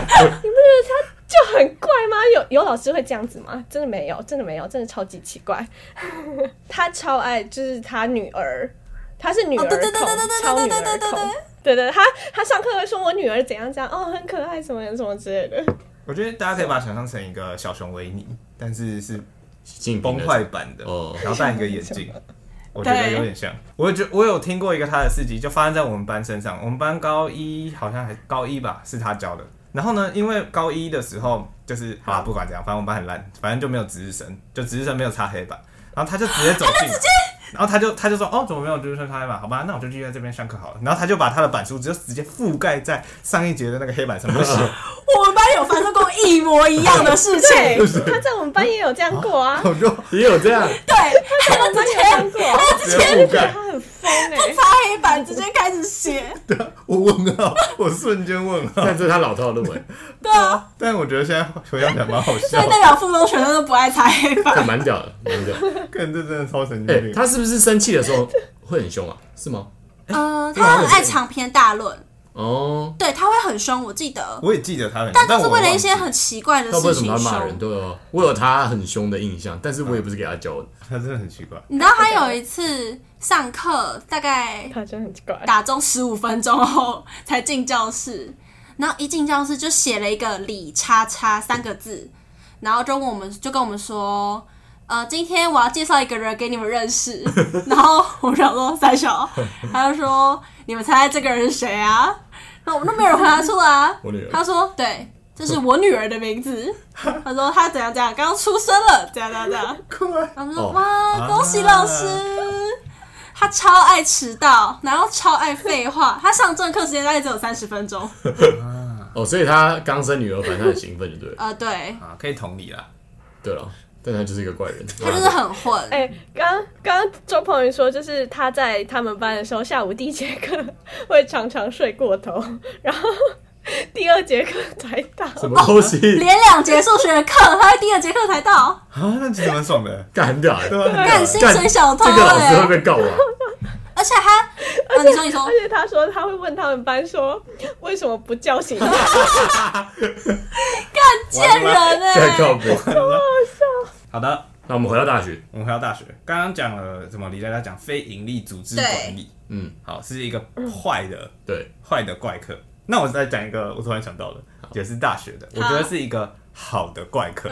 Speaker 4: 得他就很怪吗？有有老师会这样子吗？真的没有，真的没有，真的超级奇怪。他超爱，就是他女儿，他是女儿
Speaker 1: 哦
Speaker 4: 控，
Speaker 1: 对对对对对对
Speaker 4: 超女
Speaker 1: 对对对
Speaker 4: 儿
Speaker 1: 对
Speaker 4: 控。对对，他他上课会说我女儿怎样怎样，哦，很可爱，什么什么之类的。
Speaker 3: 我觉得大家可以把它想象成一个小熊维尼，但是是
Speaker 2: 进
Speaker 3: 崩坏版的，
Speaker 2: 哦
Speaker 3: 然后戴一个眼 [LAUGHS] 镜，我觉得有点像。我觉我有听过一个他的事迹，就发生在我们班身上。我们班高一好像还高一吧，是他教的。然后呢，因为高一的时候就是啊，不管怎样，反正我们班很烂，反正就没有值日生，就值日生没有擦黑板，然后他就直接走进。然后他就他就说哦，怎么没有值日生擦黑板？好吧，那我就继续在这边上课好了。然后他就把他的板书就直接覆盖在上一节的那个黑板 [LAUGHS] 上面，写
Speaker 1: 我们班有发生过一模一样的事
Speaker 3: [LAUGHS]
Speaker 1: 情， [LAUGHS]
Speaker 4: 对，他在我们班也有这样过啊，
Speaker 3: 我就
Speaker 2: 也有这样，
Speaker 1: [LAUGHS] 对，
Speaker 4: 他在我们班也有这样过、啊，
Speaker 3: 直接覆
Speaker 4: 对，
Speaker 3: 盖。
Speaker 4: 他很疯哎、
Speaker 1: 擦黑板直接开始写，
Speaker 3: 我问号，我瞬间问号。
Speaker 2: 但这是他老套的路哎，
Speaker 1: 对啊，
Speaker 3: [LAUGHS] 但我觉得现在回想起来蛮好
Speaker 1: 所
Speaker 3: 笑
Speaker 1: 以，代表附中学生都不爱擦黑板。
Speaker 2: 这蛮屌的，
Speaker 1: [LAUGHS]
Speaker 2: 蛮屌的。
Speaker 3: 看这真的超神经
Speaker 2: 哎，
Speaker 3: 病。
Speaker 2: 他是不是生气的时候会很凶啊？是吗？
Speaker 1: 呃，他很爱长篇大论，
Speaker 2: 哦，
Speaker 1: 对他会很凶，我记得，
Speaker 3: 我也记得他很，
Speaker 1: 但都
Speaker 3: 但
Speaker 1: 是
Speaker 3: 我
Speaker 1: 为了一
Speaker 3: 忘
Speaker 1: 些
Speaker 3: 记
Speaker 1: 很奇怪的
Speaker 2: 要不为
Speaker 1: 事
Speaker 2: 什么
Speaker 1: 情
Speaker 2: 他骂人？
Speaker 1: 凶。
Speaker 2: 对哦，我有他很凶的印象，但是我也不是给他教的。
Speaker 3: 他真的很奇 [LAUGHS] 怪。
Speaker 1: 你知道他有一次上课，大概
Speaker 4: 他真的很奇怪。
Speaker 1: 打钟十五分钟后才进教室，然后一进教室就写了一个“李叉叉”三个字，然后就问我们，就跟我们说，呃，今天我要介绍一个人给你们认识，然后我们想说三小，他就说你们猜猜这个人是谁啊？那我们都没有人回答出来、啊
Speaker 2: 我女儿，
Speaker 1: 他说对。这是我女儿的名字。他说她怎样怎样，刚刚出生了，怎样怎样怎样。
Speaker 3: 啊
Speaker 1: 他们说、
Speaker 2: 哦
Speaker 1: 哇，恭喜老师！他超爱迟到，然后超爱废
Speaker 2: [LAUGHS]
Speaker 1: 话。他上正课时间大概只有三十分钟。
Speaker 2: 哦，所以他刚生女儿，反正他很兴奋，就对了。
Speaker 1: 呃，对，
Speaker 3: 啊，可以同理啦。
Speaker 2: 对了，但他就是一个怪人，
Speaker 1: 他就是很混。
Speaker 4: 哎、刚刚周鹏宇说，就是他在他们班的时候，下午第一节课会常常睡过头， [LAUGHS] 然后第二节课才到。
Speaker 2: 什么东西
Speaker 1: 连两节数学的课，他在第二节课才到，
Speaker 3: 啊，那其实蛮爽 [LAUGHS] 的，
Speaker 2: 干很屌欸，
Speaker 3: 对啊吧？很
Speaker 1: 干
Speaker 3: 屌
Speaker 1: 薪水小偷
Speaker 2: 这个老
Speaker 1: 哎、
Speaker 2: 师会被告啊！
Speaker 1: 而且他，啊，你说
Speaker 2: [LAUGHS]
Speaker 1: 你说
Speaker 4: 而，且他说他会问他们班说为什么不叫醒他？
Speaker 2: [LAUGHS]
Speaker 1: 贱人哎、
Speaker 2: 在告别。
Speaker 3: 好的，
Speaker 2: 那我们回到大学，
Speaker 3: 我们回到大学，刚刚讲了什么？李佳佳讲非盈利组织管理，
Speaker 2: 嗯，
Speaker 3: 好，是一个坏的
Speaker 2: 对，
Speaker 3: 坏的怪客。那我再讲一个，我突然想到了，也是大学的，我觉得是一个好的怪
Speaker 1: [LAUGHS]
Speaker 3: 客，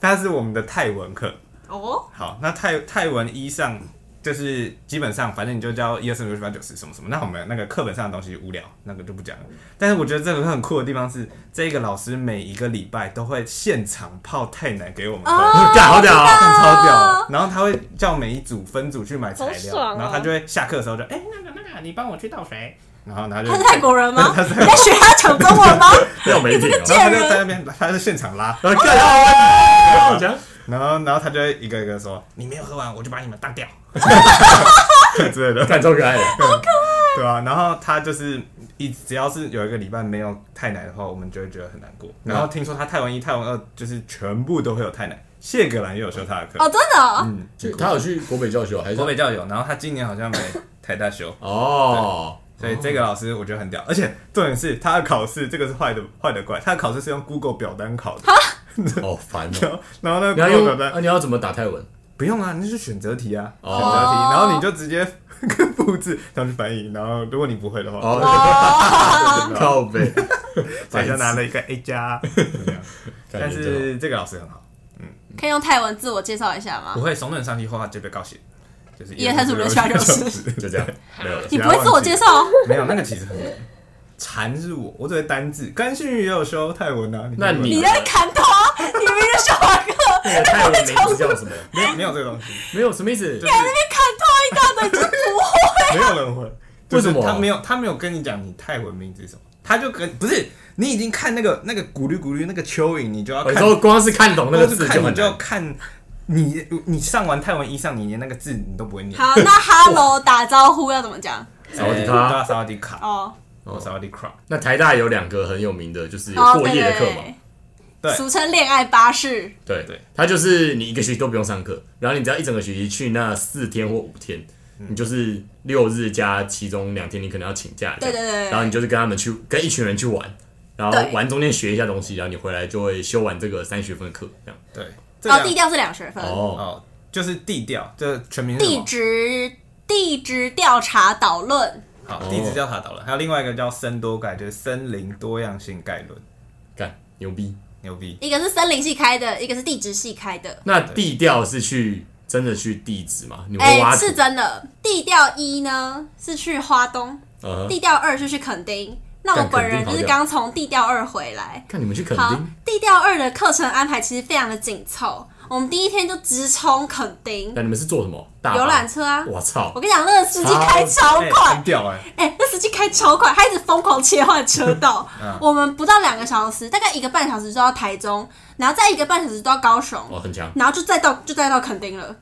Speaker 3: 它是我们的泰文课。
Speaker 1: 哦，
Speaker 3: 好，那泰泰文一上就是基本上，反正你就教一二三四五六七八九十什么什么。那我们那个课本上的东西无聊，那个就不讲了。但是我觉得这个很酷的地方是，这个老师每一个礼拜都会现场泡泰奶给我们喝。
Speaker 1: 哦
Speaker 2: 干好屌啊！
Speaker 3: 看超屌的，然后他会叫每一组分组去买材
Speaker 4: 好
Speaker 3: 料，
Speaker 4: 爽哦
Speaker 3: 然后他就会下课的时候就，哎、那个那个，你帮我去倒水，然后他
Speaker 1: [LAUGHS]
Speaker 3: 就
Speaker 1: 他是泰国人
Speaker 2: [LAUGHS]
Speaker 1: 吗？
Speaker 3: 他是泰
Speaker 1: 你在学他讲中文吗？
Speaker 2: 要没品啊！
Speaker 1: 贱
Speaker 3: 然后他就
Speaker 1: 人
Speaker 3: 在那边，他就现场拉，
Speaker 2: 然后干好屌啊！
Speaker 3: 然后然后他就会一个一个说，你没有喝完，我就把你们当掉之类
Speaker 2: [LAUGHS]
Speaker 3: 的，
Speaker 2: 干超可爱的，
Speaker 3: [LAUGHS] 对啊，然后他就是一只要是有一个礼拜没有太奶的话，我们就会觉得很难过。然后听说他泰文一、泰文二就是全部都会有太奶，谢格兰也有修他的课，
Speaker 1: 哦，真的哦、
Speaker 3: 嗯，
Speaker 2: 他有去国北教学哦还
Speaker 3: 国北
Speaker 2: 是
Speaker 3: 教有，然后他今年好像没台大修，
Speaker 2: 哦？
Speaker 3: 所以这个老师我觉得很屌，而且重点是他的考试，这个是坏的坏的怪，他的考试是用 Google 表单考的，
Speaker 2: 好烦 [LAUGHS]
Speaker 3: 然
Speaker 2: 哦！
Speaker 3: 后然后那个
Speaker 2: 你要
Speaker 3: Google 表
Speaker 2: 用
Speaker 3: 单
Speaker 2: 啊？你要怎么打泰文？
Speaker 3: 不用啊，那是选择题啊，
Speaker 2: 哦
Speaker 3: 选择题，然后你就直接 [LAUGHS] 复制上去翻译，然后如果你不会的话，
Speaker 2: 哦，
Speaker 3: 就知
Speaker 2: [LAUGHS]
Speaker 3: 道
Speaker 2: 靠 [LAUGHS] 背，
Speaker 3: 好像拿了一个 A 加，怎么样但
Speaker 2: 感觉真好
Speaker 3: 是这个老师很好，
Speaker 1: 可以用泰文自我介绍一下吗
Speaker 3: 不？会怂恿上帝后，他就被告写，就是
Speaker 1: 一二三四五六七八九十，
Speaker 2: [LAUGHS] 就这样，没有了。
Speaker 1: 你不会自我介绍？
Speaker 3: 没有那个其实很难。禅是我，我只会单字。甘信宇也有修泰文啊，
Speaker 2: 那
Speaker 3: 你
Speaker 2: 你
Speaker 1: 你在砍头？啊你明明就小马哥，
Speaker 2: [LAUGHS] 那个泰文名字叫什么？
Speaker 3: 没有没有这个东西，
Speaker 2: [LAUGHS] 没有什么意思，
Speaker 1: 你砍头一大堆，就是不会。
Speaker 3: 没有人会。就是
Speaker 2: 为什么
Speaker 3: 他没有，他没有跟你讲你泰文名字是什么，他就跟不是你已经看那个那个咕噜咕噜那个蚯蚓，你就要
Speaker 2: 有
Speaker 3: 看
Speaker 2: 时，候哦光是看懂那个
Speaker 3: 光是
Speaker 2: 字
Speaker 3: 看
Speaker 2: 就
Speaker 3: 你
Speaker 2: 很
Speaker 3: 就要
Speaker 2: 难。
Speaker 3: 看你你上完泰文一上，你连那个字你都不会念。
Speaker 1: 好，那 hello 打招呼要怎么讲？
Speaker 2: 萨瓦迪卡
Speaker 3: 卡，啊萨瓦迪卡，
Speaker 1: 哦，
Speaker 2: 哦
Speaker 3: 萨瓦迪卡，
Speaker 2: 那台大有两个很有名的，就是有
Speaker 1: 哦，
Speaker 2: 过
Speaker 1: 对
Speaker 2: 夜的课
Speaker 1: 对
Speaker 2: 嘛
Speaker 1: 对，
Speaker 3: 对
Speaker 1: 俗称恋爱巴士。
Speaker 2: 对
Speaker 3: 对，
Speaker 2: 它就是你一个学期都不用上课，然后你只要一整个学期去那四天或五天，你就是六日加其中两天你可能要请假，
Speaker 1: 对对对对对
Speaker 2: 然后你就是跟他们去跟一群人去玩，然后
Speaker 1: 对
Speaker 2: 玩中间学一下东西，然后你回来就会修完这个三学分的课，这样
Speaker 3: 对，这
Speaker 1: 哦，
Speaker 3: 两
Speaker 1: 地调是两学分。
Speaker 2: 啊哦，
Speaker 3: 哦，就是地调，这全名是什
Speaker 1: 地
Speaker 3: 么？
Speaker 1: 质地质调查导论，
Speaker 3: 好，
Speaker 2: 哦
Speaker 3: 地质调查导论，还有另外一个叫森多概，就是森林多样性概论，
Speaker 2: 干牛逼！
Speaker 3: 牛逼。
Speaker 1: 一个是森林系开的，一个是地质系开的。
Speaker 2: 那地调是去真的去地址嘛？你会
Speaker 1: 哎、
Speaker 2: 挖土
Speaker 1: 是？真的。地调一呢是去花东，
Speaker 2: 呃，
Speaker 1: 地调二是去垦丁。那我
Speaker 2: 干垦
Speaker 1: 本人
Speaker 2: 丁好
Speaker 1: 就是
Speaker 2: 屌
Speaker 1: 刚从地调二回来，
Speaker 2: 看你们去垦
Speaker 1: 好
Speaker 2: 丁，，
Speaker 1: 地调二的课程安排其实非常的紧凑，我们第一天就直冲垦丁
Speaker 2: 那你们是坐什么？大巴
Speaker 1: 游览。车啊！
Speaker 2: 我操
Speaker 1: 我！跟你讲，那个司机开超
Speaker 3: 哎
Speaker 1: 快
Speaker 3: 很，屌哎、
Speaker 1: 哎、那司机开超快，他一直疯狂切换车道。
Speaker 2: 嗯
Speaker 1: 我们不到两个小时，大概一个半小时就到台中，然后再一个半小时就到高雄，
Speaker 2: 哦，很强。
Speaker 1: 然后就再到就再到垦丁了。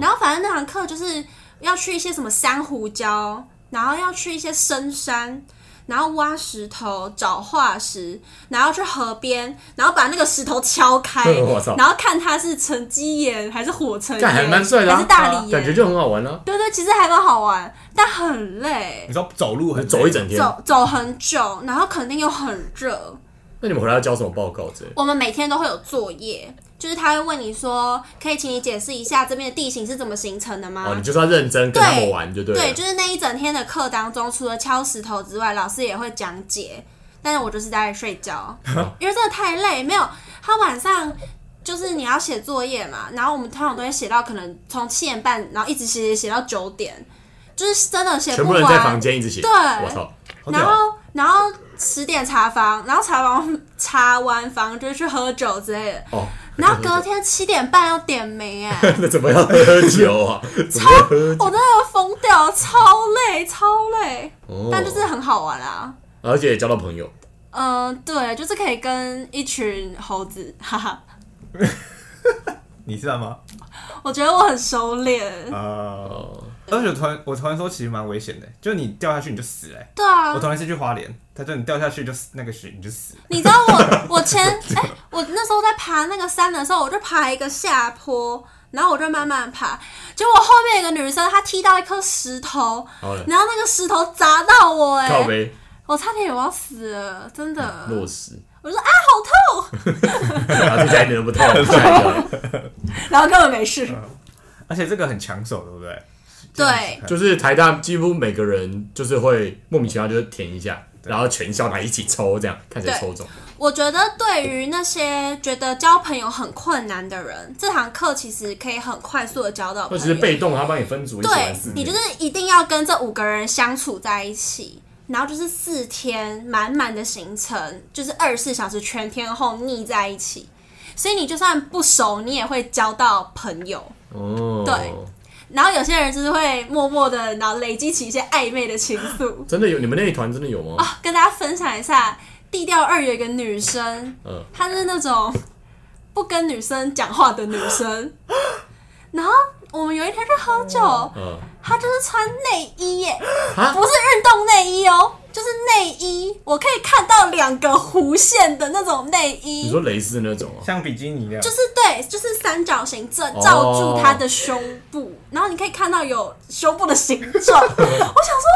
Speaker 1: 然后反正那堂课就是要去一些什么珊瑚礁，然后要去一些深山，然后挖石头找化石，然后去河边，然后把那个石头敲开
Speaker 2: [LAUGHS] 我操，
Speaker 1: 然后看它是沉积岩还是火成岩，
Speaker 2: 干还蛮帅的啊
Speaker 1: 还是大理
Speaker 2: 感觉
Speaker 1: 岩。
Speaker 2: 就很好玩啊！
Speaker 1: 对对，其实还蛮好玩，但很累
Speaker 3: 你，说走路很
Speaker 2: 走一整天，
Speaker 1: 走走很久，然后肯定又很热。
Speaker 2: 那你们回来要交什么报告之类的？
Speaker 1: 我们每天都会有作业，就是他会问你说，可以请你解释一下这边的地形是怎么形成的吗？
Speaker 2: 哦，你就是要认真跟他们玩就对了。
Speaker 1: 对，就是那一整天的课当中，除了敲石头之外，老师也会讲解。但是我就是在睡觉，
Speaker 2: 哦
Speaker 1: [LAUGHS] 因为真的太累。没有，他晚上就是你要写作业嘛，然后我们通常都会写到可能从七点半，然后一直写写写到九点，就是真的写
Speaker 2: 全
Speaker 1: 不
Speaker 2: 部人在房
Speaker 1: 完。
Speaker 2: 间一直写。
Speaker 1: 对
Speaker 2: 我操，
Speaker 3: 好屌
Speaker 1: 然后，然后十点查房，然后查完查完房就是去喝酒之类的。
Speaker 2: 哦， [LAUGHS]
Speaker 1: 然后隔天七点半要点名、哎，
Speaker 2: 那怎么要喝
Speaker 1: [LAUGHS]
Speaker 2: 酒啊？怎么要喝酒？
Speaker 1: 我真的疯掉，超累，超累，
Speaker 2: 哦
Speaker 1: 但就是很好玩啊。
Speaker 2: 而且也交到朋友，
Speaker 1: [LAUGHS] 嗯，对，就是可以跟一群猴子，哈哈，
Speaker 3: 你算吗？
Speaker 1: 我觉得我很收敛。
Speaker 3: 啊、
Speaker 2: 哦，
Speaker 3: 而且我突然我突然说，其实蛮危险的，就你掉下去你就死了、欸
Speaker 1: 对啊
Speaker 3: 我，同一次去花莲，他说你掉下去就死，那个雪你就死了。
Speaker 1: 你知道我我前哎、我那时候在爬那个山的时候，我就爬一个下坡，然后我就慢慢爬，结果后面有个女生她踢到一颗石头，
Speaker 2: 好了，
Speaker 1: 然后那个石头砸到我、
Speaker 2: 靠
Speaker 1: 哎，
Speaker 2: 背
Speaker 1: 我差点我要死了，真的。
Speaker 2: 落实，
Speaker 1: 呃我就说啊，好痛，
Speaker 2: [LAUGHS] 然后听起来一点都不痛，吓一跳。
Speaker 1: 然后根本没事。
Speaker 2: 嗯
Speaker 3: 而且这个很抢手，对不对？
Speaker 1: 对
Speaker 2: 就是台大几乎每个人就是会莫名其妙就是填一下，然后全校来一起抽，这样看谁
Speaker 1: 对
Speaker 2: 抽中。
Speaker 1: 我觉得对于那些觉得交朋友很困难的人，这堂课其实可以很快速的交到
Speaker 2: 或
Speaker 1: 朋
Speaker 2: 者是
Speaker 1: 友。
Speaker 2: 被动，他帮你分组一起
Speaker 1: 对
Speaker 2: 玩四，
Speaker 1: 你就
Speaker 2: 天
Speaker 1: 是。一定要跟这五个人相处在一起，然后就是四天满满的行程，就是二十四小时全天候腻在一起。所以你就算不熟，你也会交到朋友。
Speaker 2: 哦，
Speaker 1: 对然后有些人就是会默默的，然后累积起一些暧昧的情愫。
Speaker 2: 真的有你们那一团真的有吗？
Speaker 1: 啊，跟大家分享一下，地调二有一个女生，
Speaker 2: 嗯
Speaker 1: 她是那种不跟女生讲话的女生。然后我们有一天去喝酒，
Speaker 2: 嗯，
Speaker 1: 她就是穿内衣耶，
Speaker 2: 啊
Speaker 1: 不是运动内衣哦，就是内衣，我可以看到两个弧线的那种内
Speaker 2: 你
Speaker 1: 衣，
Speaker 2: 说蕾丝那种哦，
Speaker 3: 像比基尼那样，
Speaker 1: 就是对，就是三角形罩罩住她的胸部，
Speaker 2: 哦
Speaker 1: 然后你可以看到有胸部的形
Speaker 2: [LAUGHS]
Speaker 1: 状。我想说，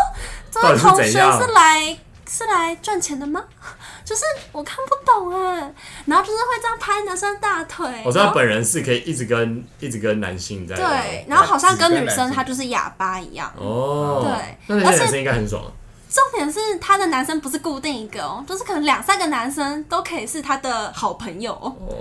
Speaker 1: 这
Speaker 2: 到
Speaker 1: 位
Speaker 2: 底是
Speaker 1: 同
Speaker 2: 怎
Speaker 1: 学
Speaker 2: 样
Speaker 1: 是来是来赚钱的吗？ [LAUGHS] 就是我看不懂哎，然后就是会这样拍男生大腿，
Speaker 2: 我知
Speaker 1: 哎然
Speaker 2: 道
Speaker 1: 后
Speaker 2: 本人是可以一直跟一直跟男性在
Speaker 1: 对，然后好像跟女
Speaker 3: 只跟男
Speaker 1: 生
Speaker 3: 生
Speaker 1: 她就是哑巴一样。
Speaker 2: 哦，
Speaker 1: 对
Speaker 2: 那那些
Speaker 1: 而且
Speaker 2: 男生应该很爽啊。
Speaker 1: 重点是她的男生不是固定一个哦，就是可能两三个男生都可以是她的好朋友哦，
Speaker 2: 哦，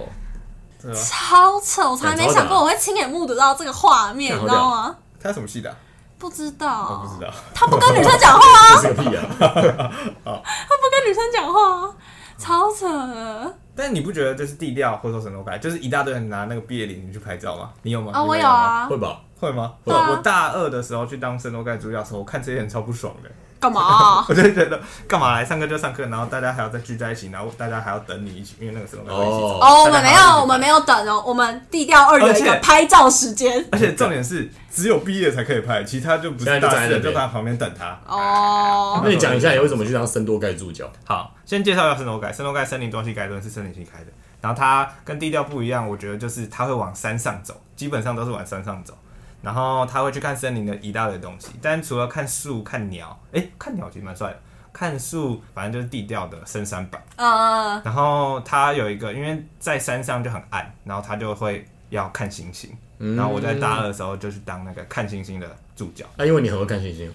Speaker 3: 对吧？
Speaker 1: 超扯！我从来没想过我会亲眼目睹到这个画面，
Speaker 2: 看
Speaker 1: 你
Speaker 2: 好
Speaker 1: 知
Speaker 2: 屌哦
Speaker 1: 道吗？
Speaker 3: 他什么系的啊、
Speaker 1: 不知
Speaker 3: 我
Speaker 1: 道
Speaker 3: 不，知道。
Speaker 1: 他不跟女生讲话啊，
Speaker 2: 这是个
Speaker 1: [LAUGHS]
Speaker 2: 屁啊！
Speaker 1: 他不跟女生讲话啊，超扯的。
Speaker 3: 但你不觉得这是地调或者说神偷拍，就是一大堆人拿那个毕业礼你去拍照吗？哦你有吗？
Speaker 1: 啊、
Speaker 3: 你
Speaker 1: 我
Speaker 3: 们
Speaker 1: 有
Speaker 3: 吗，
Speaker 1: 啊
Speaker 2: 会，吧？
Speaker 3: 会吗？
Speaker 1: 对啊
Speaker 3: 我大二的时候去当圣斗盖主角的时候，我看这些人超不爽的， [LAUGHS]
Speaker 1: 干嘛啊、
Speaker 3: 我就觉得干嘛来上课就上课，然后大家还要再聚在一起，然后大家还要等你一起，因为那个圣斗盖会一起走。
Speaker 1: [LAUGHS]
Speaker 2: 哦
Speaker 1: 哦，我
Speaker 3: 大
Speaker 1: 们
Speaker 3: 家
Speaker 1: 没
Speaker 3: 还要一
Speaker 1: 有，
Speaker 3: 起
Speaker 1: 我们没有等哦，我们地调二有一
Speaker 3: 而且
Speaker 1: 个拍照时间
Speaker 3: 而且重点是，只有毕业才可以拍，其他就不
Speaker 2: 现在
Speaker 3: 是
Speaker 2: 就
Speaker 3: 大
Speaker 2: 站在
Speaker 3: 四
Speaker 2: 那
Speaker 3: 的
Speaker 2: 边
Speaker 3: 就在旁边等他。
Speaker 1: 哦
Speaker 2: 那。你讲一下你为什么去当森多盖助教？
Speaker 3: 好，先介绍一下森罗盖。森罗盖森林多西改论是森林系开的，然后它跟地调不一样，我觉得就是它会往山上走，基本上都是往山上走。然后他会去看森林的一大堆东西，但除了看树、看鸟，诶，看鸟其实蛮帅的。看树，反正就是地调的深山版。
Speaker 1: 呃，
Speaker 3: 然后他有一个，因为在山上就很暗，然后他就会要看星星。
Speaker 2: 嗯
Speaker 3: 然后我在大二的时候就去当那个看星星的助教。
Speaker 2: 啊，因为你很会看星星，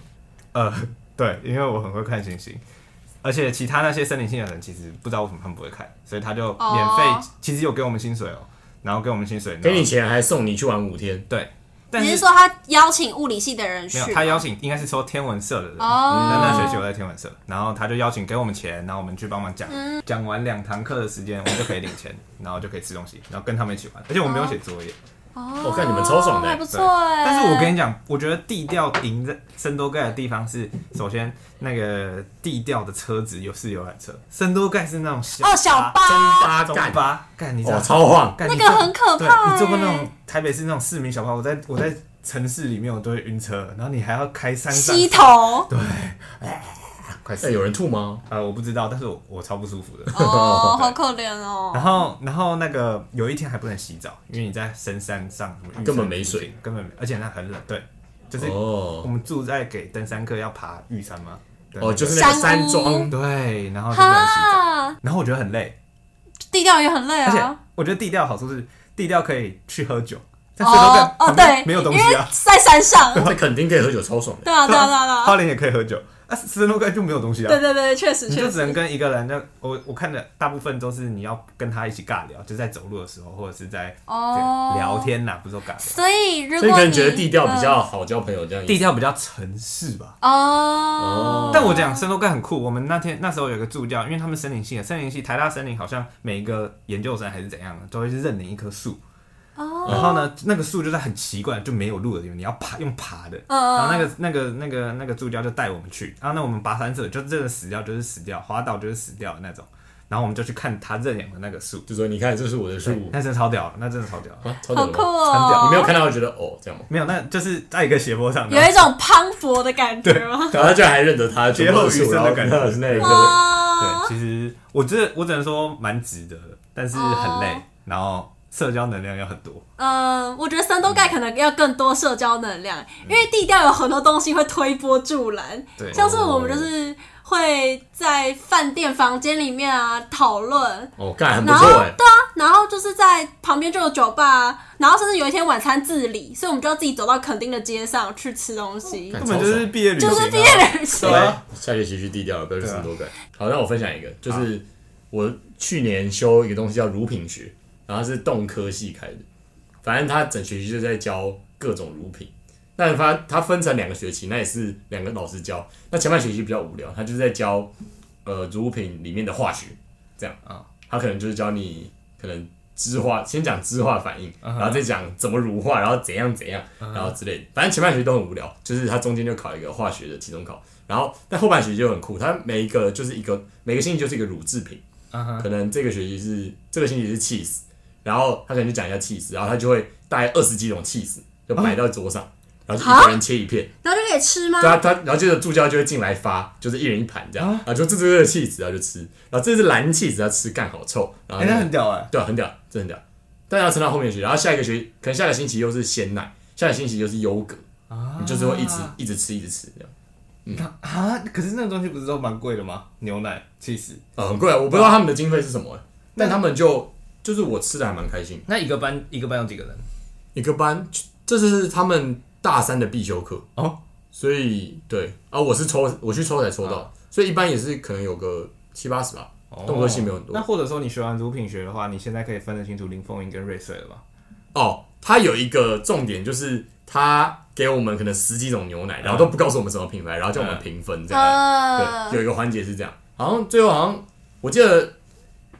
Speaker 3: 呃， [LAUGHS] 对，因为我很会看星星，而且其他那些森林性的人其实不知道为什么他们不会看，所以他就免费，
Speaker 1: 哦
Speaker 3: 其实有给我们薪水哦，然后给我们薪水，
Speaker 2: 给你
Speaker 3: 然后
Speaker 2: 钱还送你去玩五天。
Speaker 3: 对，但
Speaker 1: 你是
Speaker 3: 是
Speaker 1: 说他邀请物理系的人去
Speaker 3: 没
Speaker 1: 吗？
Speaker 3: 有，他邀请应该是说天文社的人，那那学期
Speaker 1: 哦，
Speaker 3: 我在天文社，然后他就邀请给我们钱，然后我们去帮忙讲，
Speaker 1: 嗯
Speaker 3: 讲完两堂课的时间，我们就可以领钱，然后就可以吃东西，然后跟他们一起玩，而且我们不用写作业，
Speaker 1: 哦
Speaker 2: 我看你们超爽的
Speaker 1: 还不
Speaker 3: 对
Speaker 1: 错哎。
Speaker 3: 但是我跟你讲，我觉得地调赢在圣多盖的地方是，首先那个地调的车子有是游览车，圣多盖是那种小
Speaker 1: 哦，小
Speaker 2: 中
Speaker 1: 八
Speaker 2: 八
Speaker 3: 中
Speaker 2: 干
Speaker 3: 巴，干你知道
Speaker 2: 哦，超晃！
Speaker 3: 干
Speaker 1: 那
Speaker 3: 你
Speaker 1: 个
Speaker 3: 坐
Speaker 1: 很可
Speaker 3: 对
Speaker 1: 怕
Speaker 3: 你坐过那
Speaker 1: 欸
Speaker 3: 种台北市那种市民小巴，我在我在城市里面我都会晕车，然后你还要开山上，
Speaker 1: 吸头
Speaker 3: 快
Speaker 2: 哎，
Speaker 3: 死！
Speaker 2: 有人吐吗？
Speaker 3: 呃，我不知道，但是我我超不舒服的。
Speaker 1: 哦，好可怜哦。
Speaker 3: [LAUGHS] 然后，然后那个有一天还不能洗澡，因为你在深山上，什么玉山
Speaker 2: 根本没
Speaker 3: 附近
Speaker 2: 水，
Speaker 3: 根本没，而且那很冷，对，就是我
Speaker 2: 哦
Speaker 3: 们住在给登山客要爬玉山吗？对
Speaker 2: 哦，就是那个
Speaker 1: 山
Speaker 2: 山
Speaker 1: 屋
Speaker 2: 庄，
Speaker 3: 对，然后就不能洗澡，
Speaker 1: 哈，
Speaker 3: 然后我觉得很累，
Speaker 1: 地调也很累
Speaker 3: 而且
Speaker 1: 啊。
Speaker 3: 我觉得地调好处是地调可以去喝酒，但是都
Speaker 1: 哦
Speaker 3: 在
Speaker 1: 哦，
Speaker 3: 旁边
Speaker 1: 对，
Speaker 3: 没有东西
Speaker 1: 因为
Speaker 3: 啊，
Speaker 1: 在山
Speaker 3: [LAUGHS]
Speaker 1: 上。
Speaker 2: 在垦丁可以喝酒，超爽的。
Speaker 1: 对啊，对啊，对啊，对
Speaker 3: 花
Speaker 1: 啊
Speaker 3: 莲也可以喝酒，啊，斯诺盖就没有东西
Speaker 1: 对
Speaker 3: 啊。
Speaker 1: 对对，确实
Speaker 3: 你
Speaker 1: 确
Speaker 3: 就
Speaker 1: 实。
Speaker 3: 只能跟一个人，那我我看的大部分都是你要跟他一起尬聊，就在走路的时候，或者是在
Speaker 1: 哦
Speaker 3: 聊。天呐、不是说尬聊。
Speaker 1: 所以如
Speaker 2: 所以
Speaker 1: 果
Speaker 2: 可能觉得地调比
Speaker 1: 嗯
Speaker 2: 较好交朋友，这样
Speaker 3: 地调比较城市吧。
Speaker 1: 哦，
Speaker 3: 但我讲森多盖很酷，我们那天那时候有个助教，因为他们森林系的，森林系台大森林好像每一个研究生还是怎样的，都会去认领一棵树。
Speaker 1: 哦
Speaker 3: 然后呢，那个树就在很奇怪就没有路的地方，你要爬用爬的。
Speaker 1: 嗯
Speaker 3: 然后那个那个那个那个助教就带我们去，然后呢我们跋山涉水就真的死掉就是死掉，滑倒就是死掉的那种。然后我们就去看他认养的那个树，
Speaker 2: 就说你看，这是我的
Speaker 3: 对
Speaker 2: 树
Speaker 3: 那真的超屌的，那真的超屌的。
Speaker 2: 啊，超屌
Speaker 1: 好
Speaker 2: 的
Speaker 1: 酷
Speaker 2: 吧
Speaker 3: 很屌
Speaker 1: 哦！
Speaker 2: 你没有看到，觉得哦这样吗？
Speaker 3: 没有，那就是在一个斜坡上，
Speaker 1: 有一种磅礴的感觉吗？
Speaker 2: 然后他居然还认得他，
Speaker 3: 劫后余生的感觉
Speaker 2: 然后是那一个
Speaker 1: 哇
Speaker 3: 对，，其实我觉得我只能说蛮值得的，但是很累，
Speaker 1: 哦
Speaker 3: 然后社交能量要很多。
Speaker 1: 嗯，我觉得山东盖可能要更多社交能
Speaker 2: 嗯
Speaker 1: 量，因为地调有很多东西会推波助澜，
Speaker 3: 对，
Speaker 1: 像是我们就是会在饭店房间里面啊讨论。
Speaker 2: 哦，干很不
Speaker 1: 然后
Speaker 2: 错
Speaker 1: 对
Speaker 2: 哎，
Speaker 1: 啊，然后就是在旁边就有酒吧、啊，然后甚至有一天晚餐自理，所以我们就要自己走到垦丁的街上去吃东西，
Speaker 2: 干
Speaker 3: 根本就是毕业旅行、
Speaker 1: 就
Speaker 3: 啊，
Speaker 1: 是毕业旅行
Speaker 3: 对。啊
Speaker 2: 下学期去低调，不要去
Speaker 3: 对啊
Speaker 2: 圣多改。好，那我分享一个，就是我去年修一个东西叫乳品学，然后它是动科系开的，反正它整学期就在教各种乳品。但它它分成两个学期，那也是两个老师教。那前半学期比较无聊，他就是在教呃乳品里面的化学，这样
Speaker 3: 啊，
Speaker 2: 他可能就是教你可能酯化，先讲酯化反应，
Speaker 3: 嗯哼嗯
Speaker 2: 然后再讲怎么乳化，然后怎样怎样，然后之类的。反正前半学期都很无聊，就是他中间就考一个化学的期中考，然后但后半学期就很酷，它每一个就是一个每个星期就是一个乳制品，
Speaker 3: 嗯哼
Speaker 2: 可能这个学期是这个星期是 cheese，然后他可能就讲一下 cheese，然后他就会大概二十几种 cheese 就
Speaker 3: 哦
Speaker 2: 摆到桌上，然后就一个人切一片。
Speaker 1: 然后就可以吃吗？
Speaker 2: 对啊，他然后接着助教就会进来发，就是一人一盘这样，啊，就这这个气质啊就吃，然后这是蓝气质要吃，干好臭，然后
Speaker 3: 哎、
Speaker 2: 那
Speaker 3: 那
Speaker 2: 个
Speaker 3: 很屌哎、
Speaker 2: 对啊，很屌，真的很屌，但要撑到后面的学期，然后下一个学期可能下个星期又是鲜奶，下个星期又是优格，你就是会一直一直吃一直吃这样，
Speaker 3: 啊！可是那个东西不是都蛮贵的吗？牛奶、气死。
Speaker 2: 啊，很贵啊，我不知道他们的经费是什么，啊但他们就就是我吃的还蛮开心，
Speaker 3: 那一个班一个班有几个人？
Speaker 2: 一个班这是他们大三的必修课，
Speaker 3: 哦，
Speaker 2: 所以对啊，我是抽我去抽才抽到，所以一般也是可能有个七八十吧，动作性没有很多
Speaker 3: 哦那。或者说你学完乳品学的话，你现在可以分得清楚林凤英跟瑞穗了吧？
Speaker 2: 哦，它有一个重点就是它给我们可能十几种牛奶，然后都不告诉我们什么品牌，然后叫我们评分这样。
Speaker 1: 呃
Speaker 2: 啊对，，有一个环节是这样，好像最后好像我记得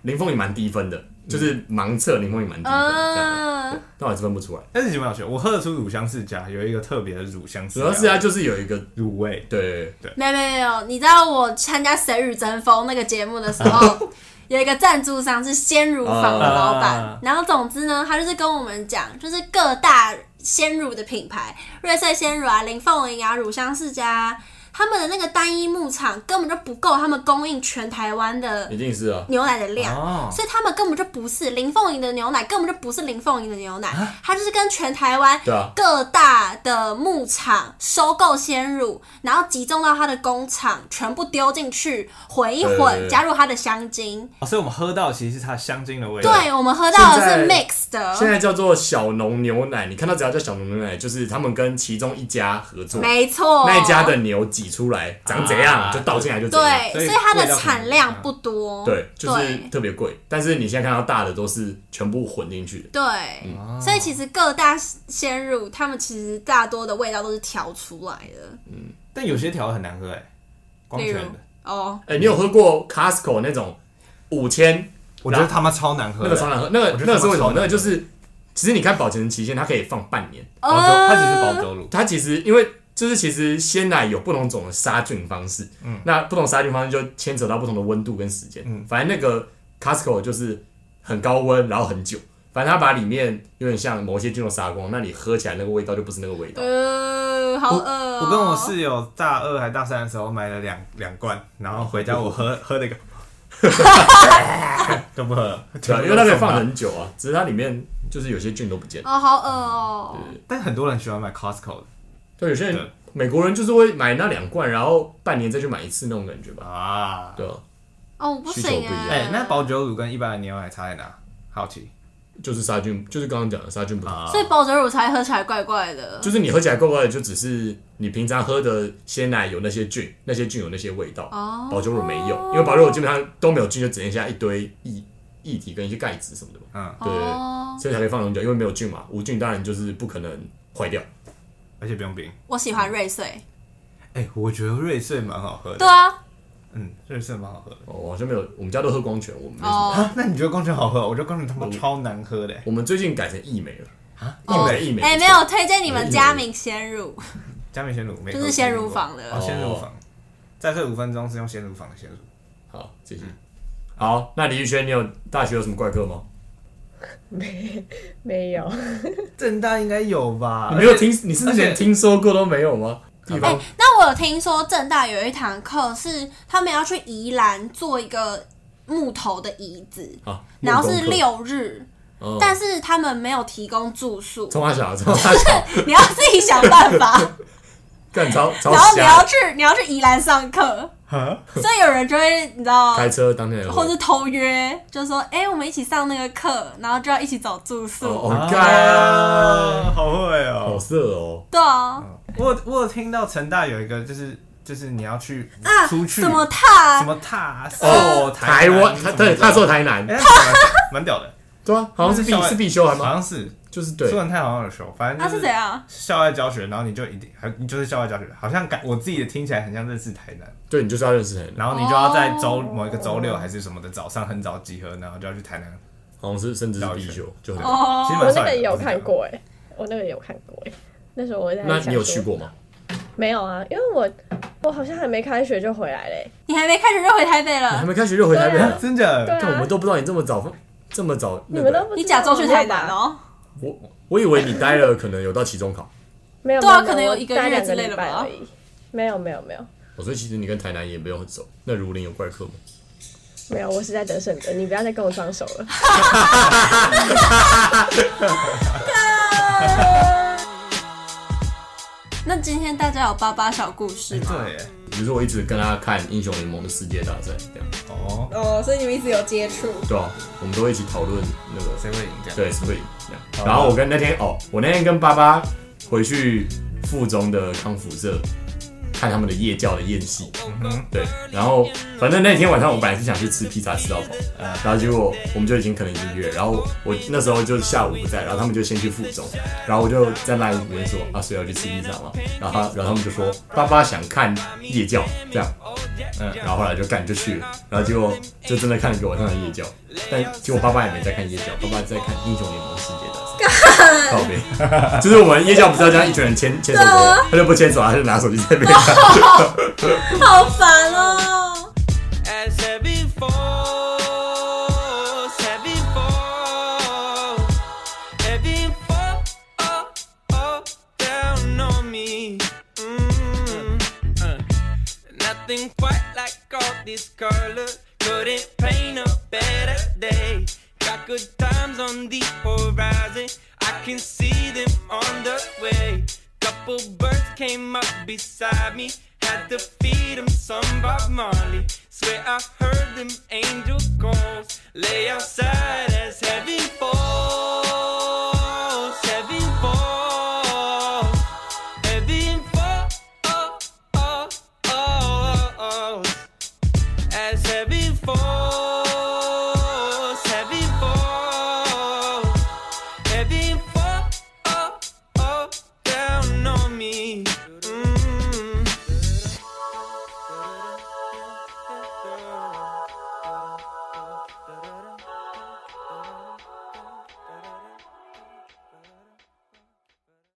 Speaker 2: 林凤也蛮低分的，就是盲测林凤也蛮低分的这样，
Speaker 1: 嗯，
Speaker 2: 但我还是分不出来。
Speaker 3: 但是你们有学，我喝得出乳香世家有一个特别的乳香啊世
Speaker 2: 主
Speaker 3: 家，
Speaker 2: 要是它就是有一个
Speaker 3: 乳味。
Speaker 2: 对
Speaker 1: 没有没有没有，你知道我参加《谁与争锋》那个节目的时
Speaker 2: [LAUGHS]
Speaker 1: 候，有一个赞助商是鲜乳坊的老板，
Speaker 3: 啊
Speaker 1: 然后总之呢，他就是跟我们讲，就是各大鲜乳的品牌，瑞穗鲜乳啊、林凤营啊、乳香世家啊、他们的那个单一牧场根本就不够他们供应全台湾的
Speaker 2: 一定是啊，
Speaker 1: 牛奶的量。
Speaker 3: 哦，
Speaker 1: 所以他们根本就不是林凤营的牛奶，根本就不是林凤营的牛奶，它就是跟全台湾
Speaker 2: 对啊
Speaker 1: 各大的牧场收购鲜乳，然后集中到它的工厂，全部丢进去混一
Speaker 2: 对对对
Speaker 1: 混，加入它的香精。
Speaker 3: 哦所以我们喝到其实是它香精的味道。
Speaker 1: 对，我们喝到的
Speaker 2: 现在
Speaker 1: 是 mix
Speaker 2: 现
Speaker 1: 的，
Speaker 2: 在叫做小农牛奶，你看到只要叫小农牛奶，就是他们跟其中一家合作，
Speaker 1: 没错，
Speaker 2: 那一家的牛挤出来长怎样
Speaker 3: 啊
Speaker 2: 就倒进来就怎样。
Speaker 1: 对，
Speaker 3: 所以
Speaker 1: 所以它
Speaker 3: 味道
Speaker 1: 的
Speaker 3: 很
Speaker 1: 产量不多，
Speaker 2: 对，就是
Speaker 1: 哦对
Speaker 2: 特别贵。但是你现在看到大的都是全部混进去的，
Speaker 1: 对，所以其实各大鲜乳，他们其实大多的味道都是调出来的，
Speaker 3: 但有些调很难喝哎、光
Speaker 1: 例
Speaker 3: 泉
Speaker 1: 如
Speaker 3: 的，
Speaker 1: 哦，
Speaker 2: 哎、你有喝过 Costco 那种五千
Speaker 3: 我觉得他妈超难喝
Speaker 2: 那
Speaker 3: 的。
Speaker 2: 个超难喝，那个
Speaker 3: 我觉得
Speaker 2: 那个是为什
Speaker 3: 超
Speaker 2: 么？
Speaker 3: 难
Speaker 2: 那
Speaker 3: 喝
Speaker 2: 个就是，其实你看保存期限，它可以放半年。
Speaker 3: 保州，哦
Speaker 1: 呃
Speaker 3: 它只是保州乳。
Speaker 2: 它其实因为就是其实鲜奶有不同种的杀菌方式，嗯，那不同杀菌方式就牵扯到不同的温度跟时间，
Speaker 3: 嗯
Speaker 2: 反正那个 Costco 就是很高温，然后很久，反正它把里面有点像某些菌都杀光，那你喝起来那个味道就不是那个味道。
Speaker 1: 呃，好
Speaker 3: 我
Speaker 1: 饿、哦
Speaker 3: 我跟我室友大二还大三的时候买了两两罐，然后回家我 [LAUGHS] 喝喝了一个，都不喝了，
Speaker 2: 对
Speaker 3: 全
Speaker 2: 啊，
Speaker 3: 部
Speaker 2: 因
Speaker 3: 都
Speaker 2: 为它可以放
Speaker 3: 送他。
Speaker 2: 很久啊，只是它里面就是有些菌都不见了。
Speaker 1: 哦，好恶哦、
Speaker 3: 但很多人喜欢买 Costco
Speaker 2: 对，有些人
Speaker 3: 对
Speaker 2: 美国人就是会买那两罐，然后半年再去买一次那种感觉
Speaker 3: 的
Speaker 2: 吧。
Speaker 3: 啊。
Speaker 2: 对啊，
Speaker 1: 哦，我不
Speaker 2: 需求不一
Speaker 1: 行
Speaker 2: 样
Speaker 1: 哎、
Speaker 3: 哎、那保酒乳跟一般的牛奶差在哪？好奇
Speaker 2: 就是杀菌，就是刚刚讲的杀菌不同。
Speaker 3: 啊
Speaker 1: 所以保泽乳才喝起来怪怪的。
Speaker 2: 就是你喝起来怪怪的，就只是你平常喝的鲜奶有那些菌，那些菌有那些味道。
Speaker 1: 哦
Speaker 2: 保酒乳没有，因为保酒乳基本上都没有菌，就只剩下一堆液液体跟一些钙质什么的嘛，
Speaker 3: 嗯，
Speaker 2: 对
Speaker 1: 哦，
Speaker 2: 所以才可以放很久，因为没有菌嘛，无菌当然就是不可能坏掉。
Speaker 3: 而且不用冰。
Speaker 1: 我喜欢瑞穗。
Speaker 3: 哎、我觉得瑞穗蛮好喝
Speaker 1: 对
Speaker 3: 的，
Speaker 1: 啊，
Speaker 3: 嗯，瑞穗蛮好喝的。
Speaker 2: 哦，我好像没有，我们家都喝光泉，我们没什 [LAUGHS] 么。
Speaker 1: 哦，
Speaker 3: 啊，那你觉得光泉好喝？我觉得光泉他妈超难喝的、
Speaker 2: 我们最近改成益美了，
Speaker 3: 啊
Speaker 1: 哦
Speaker 2: 益美益美。
Speaker 1: 哎、没有推荐你们佳明鲜乳，
Speaker 3: 加冕鲜乳没喝
Speaker 1: 就
Speaker 3: 过，
Speaker 1: 是鲜乳坊的
Speaker 3: 哦，鲜乳坊。再睡五分钟是用鲜乳坊的鲜乳。
Speaker 1: 嗯
Speaker 2: 好，继续。好，那李宇轩，你有大学有什么怪课吗？
Speaker 4: 没有，
Speaker 3: 正大应该有
Speaker 1: 啊
Speaker 3: 吧？
Speaker 2: 你没有听，你是
Speaker 3: 而且
Speaker 2: 连听说过都没有吗？地
Speaker 1: 哎、
Speaker 2: 方
Speaker 1: 那我有听说正大有一堂课是他们要去宜兰做一个木头的椅子，
Speaker 2: 啊，
Speaker 1: 然后
Speaker 2: 木
Speaker 1: 是
Speaker 2: 工课，
Speaker 1: 六日，
Speaker 2: 嗯
Speaker 1: 但是他们没有提供住宿，
Speaker 2: 冲他小，冲他
Speaker 1: [LAUGHS]
Speaker 2: 小，
Speaker 1: 你要自己想办
Speaker 2: [LAUGHS]
Speaker 1: 法。
Speaker 2: 干超超
Speaker 1: 然后你要
Speaker 2: 瞎，
Speaker 1: 去你要去宜兰上课，
Speaker 3: 啊，
Speaker 1: [LAUGHS] 所以有人就会你知道，[LAUGHS]
Speaker 2: 开车当天来回
Speaker 1: 或是偷约，就说哎、我们一起上那个课，然后就要一起找住宿。
Speaker 2: 哦哦
Speaker 3: 啊
Speaker 2: 干，
Speaker 3: 好会
Speaker 2: 好
Speaker 3: 哦！
Speaker 2: 色哦，
Speaker 1: 对啊，
Speaker 3: 我有我有听到成大有一个，就是就是你要去
Speaker 1: 啊，
Speaker 3: 出去
Speaker 1: 什么踏
Speaker 3: 什么踏
Speaker 2: 哦
Speaker 3: 哦，，
Speaker 2: 台湾，他对他说
Speaker 3: 说，
Speaker 2: 台南，
Speaker 3: 哎，
Speaker 2: [LAUGHS]
Speaker 3: 蛮蛮屌的，
Speaker 2: 对啊，好像是
Speaker 3: 那
Speaker 2: 必
Speaker 3: 是校
Speaker 2: 是必修还
Speaker 3: 好
Speaker 2: 吗？
Speaker 3: 像是啊
Speaker 2: 就是对
Speaker 3: 苏，文泰好像有说，反
Speaker 1: 他
Speaker 3: 正就是
Speaker 1: 啊
Speaker 3: 是
Speaker 1: 怎样？
Speaker 3: 校外教学，然后你就一定，还就是校外教学，好像感我自己的听起来很像认识台南，
Speaker 2: 对你就是要认识人，
Speaker 3: 然后你就要在周某一个周六还是什么的早上很早集合，然后就要去台
Speaker 2: 哦
Speaker 3: 南。
Speaker 2: 好像是甚至是必修，就很。
Speaker 3: 其实
Speaker 1: 哦，
Speaker 3: 蛮
Speaker 4: 我
Speaker 3: 帅
Speaker 4: 那
Speaker 3: 的
Speaker 4: 个也有看过哎、我那个也有看过哎、那时候我在
Speaker 2: 那
Speaker 4: 想
Speaker 2: 你有
Speaker 4: 说
Speaker 2: 去？过吗？
Speaker 4: 没有啊，因为我我好像还没开学就回来嘞、
Speaker 1: 你还没开始就回台北
Speaker 2: 你还
Speaker 1: 了，
Speaker 2: 没开学就回台北
Speaker 4: 对啊
Speaker 2: 啊？
Speaker 3: 真假
Speaker 4: 对
Speaker 3: 的？
Speaker 2: 但我
Speaker 4: 啊
Speaker 2: 们，都不知道你这么早，这么早
Speaker 4: 你
Speaker 2: 那
Speaker 4: 们都
Speaker 2: 个。
Speaker 4: 不知道
Speaker 1: 你假装去台南哦。
Speaker 2: 我我以为你待了可能有到期中考，
Speaker 4: 没有，
Speaker 1: 对啊
Speaker 4: 没
Speaker 1: 可能有
Speaker 4: 我
Speaker 1: 一个
Speaker 4: 待
Speaker 1: 月
Speaker 4: 两
Speaker 1: 之类的
Speaker 4: 礼拜
Speaker 1: 吧
Speaker 4: 而已。没有没有没有
Speaker 2: 我哦说其实你跟台南也没有很熟。那如林有怪客吗？
Speaker 4: 没有，我是在得胜的，你不要再跟我装熟了。
Speaker 1: [LAUGHS] 那今天大家有八八小故事吗？
Speaker 3: 对耶，
Speaker 2: 比如说我一直跟他看英雄联盟的世界大赛，这样
Speaker 3: 哦，
Speaker 1: 哦，所以你们一直有接触。
Speaker 2: 对啊，我们都会一起讨论那个
Speaker 3: 谁会赢这样？
Speaker 2: 对是会这样。然后我跟那天哦，我那天跟爸爸回去附中的康复社看他们的夜教的宴席，
Speaker 3: 嗯
Speaker 2: 对，然后反正那天晚上我本来是想去吃披萨吃到饱，呃然后结果我们就已经可能已经约，然后我那时候就下午不在，然后他们就先去附中，然后我就在那里面说啊，谁要去吃披萨嘛？然后他然后他们就说爸爸想看夜教这样，嗯，然后后来就干就去了，然后结果就真的看了一个晚上的夜教，但结果爸爸也没在看夜教，爸爸在看英雄联盟世界
Speaker 1: [LAUGHS]
Speaker 2: 大赛。靠边， [LAUGHS] 就是我们夜校不是要这样一群人牵牵手
Speaker 1: 对啊
Speaker 2: 吗？他就不牵手，他就拿手机在那边看。
Speaker 1: 好烦哦！
Speaker 5: as heaven falls, heaven falls, heaven falls oh, down on me. Mm, uh, nothing quite like all this color. Couldn't paint a better day. Got good times on the horizon. I can see them on the way. Couple birds came up beside me. Had to feed them some Bob Marley. Swear I heard them angel calls. Lay outside oh, oh, Mm-hmm.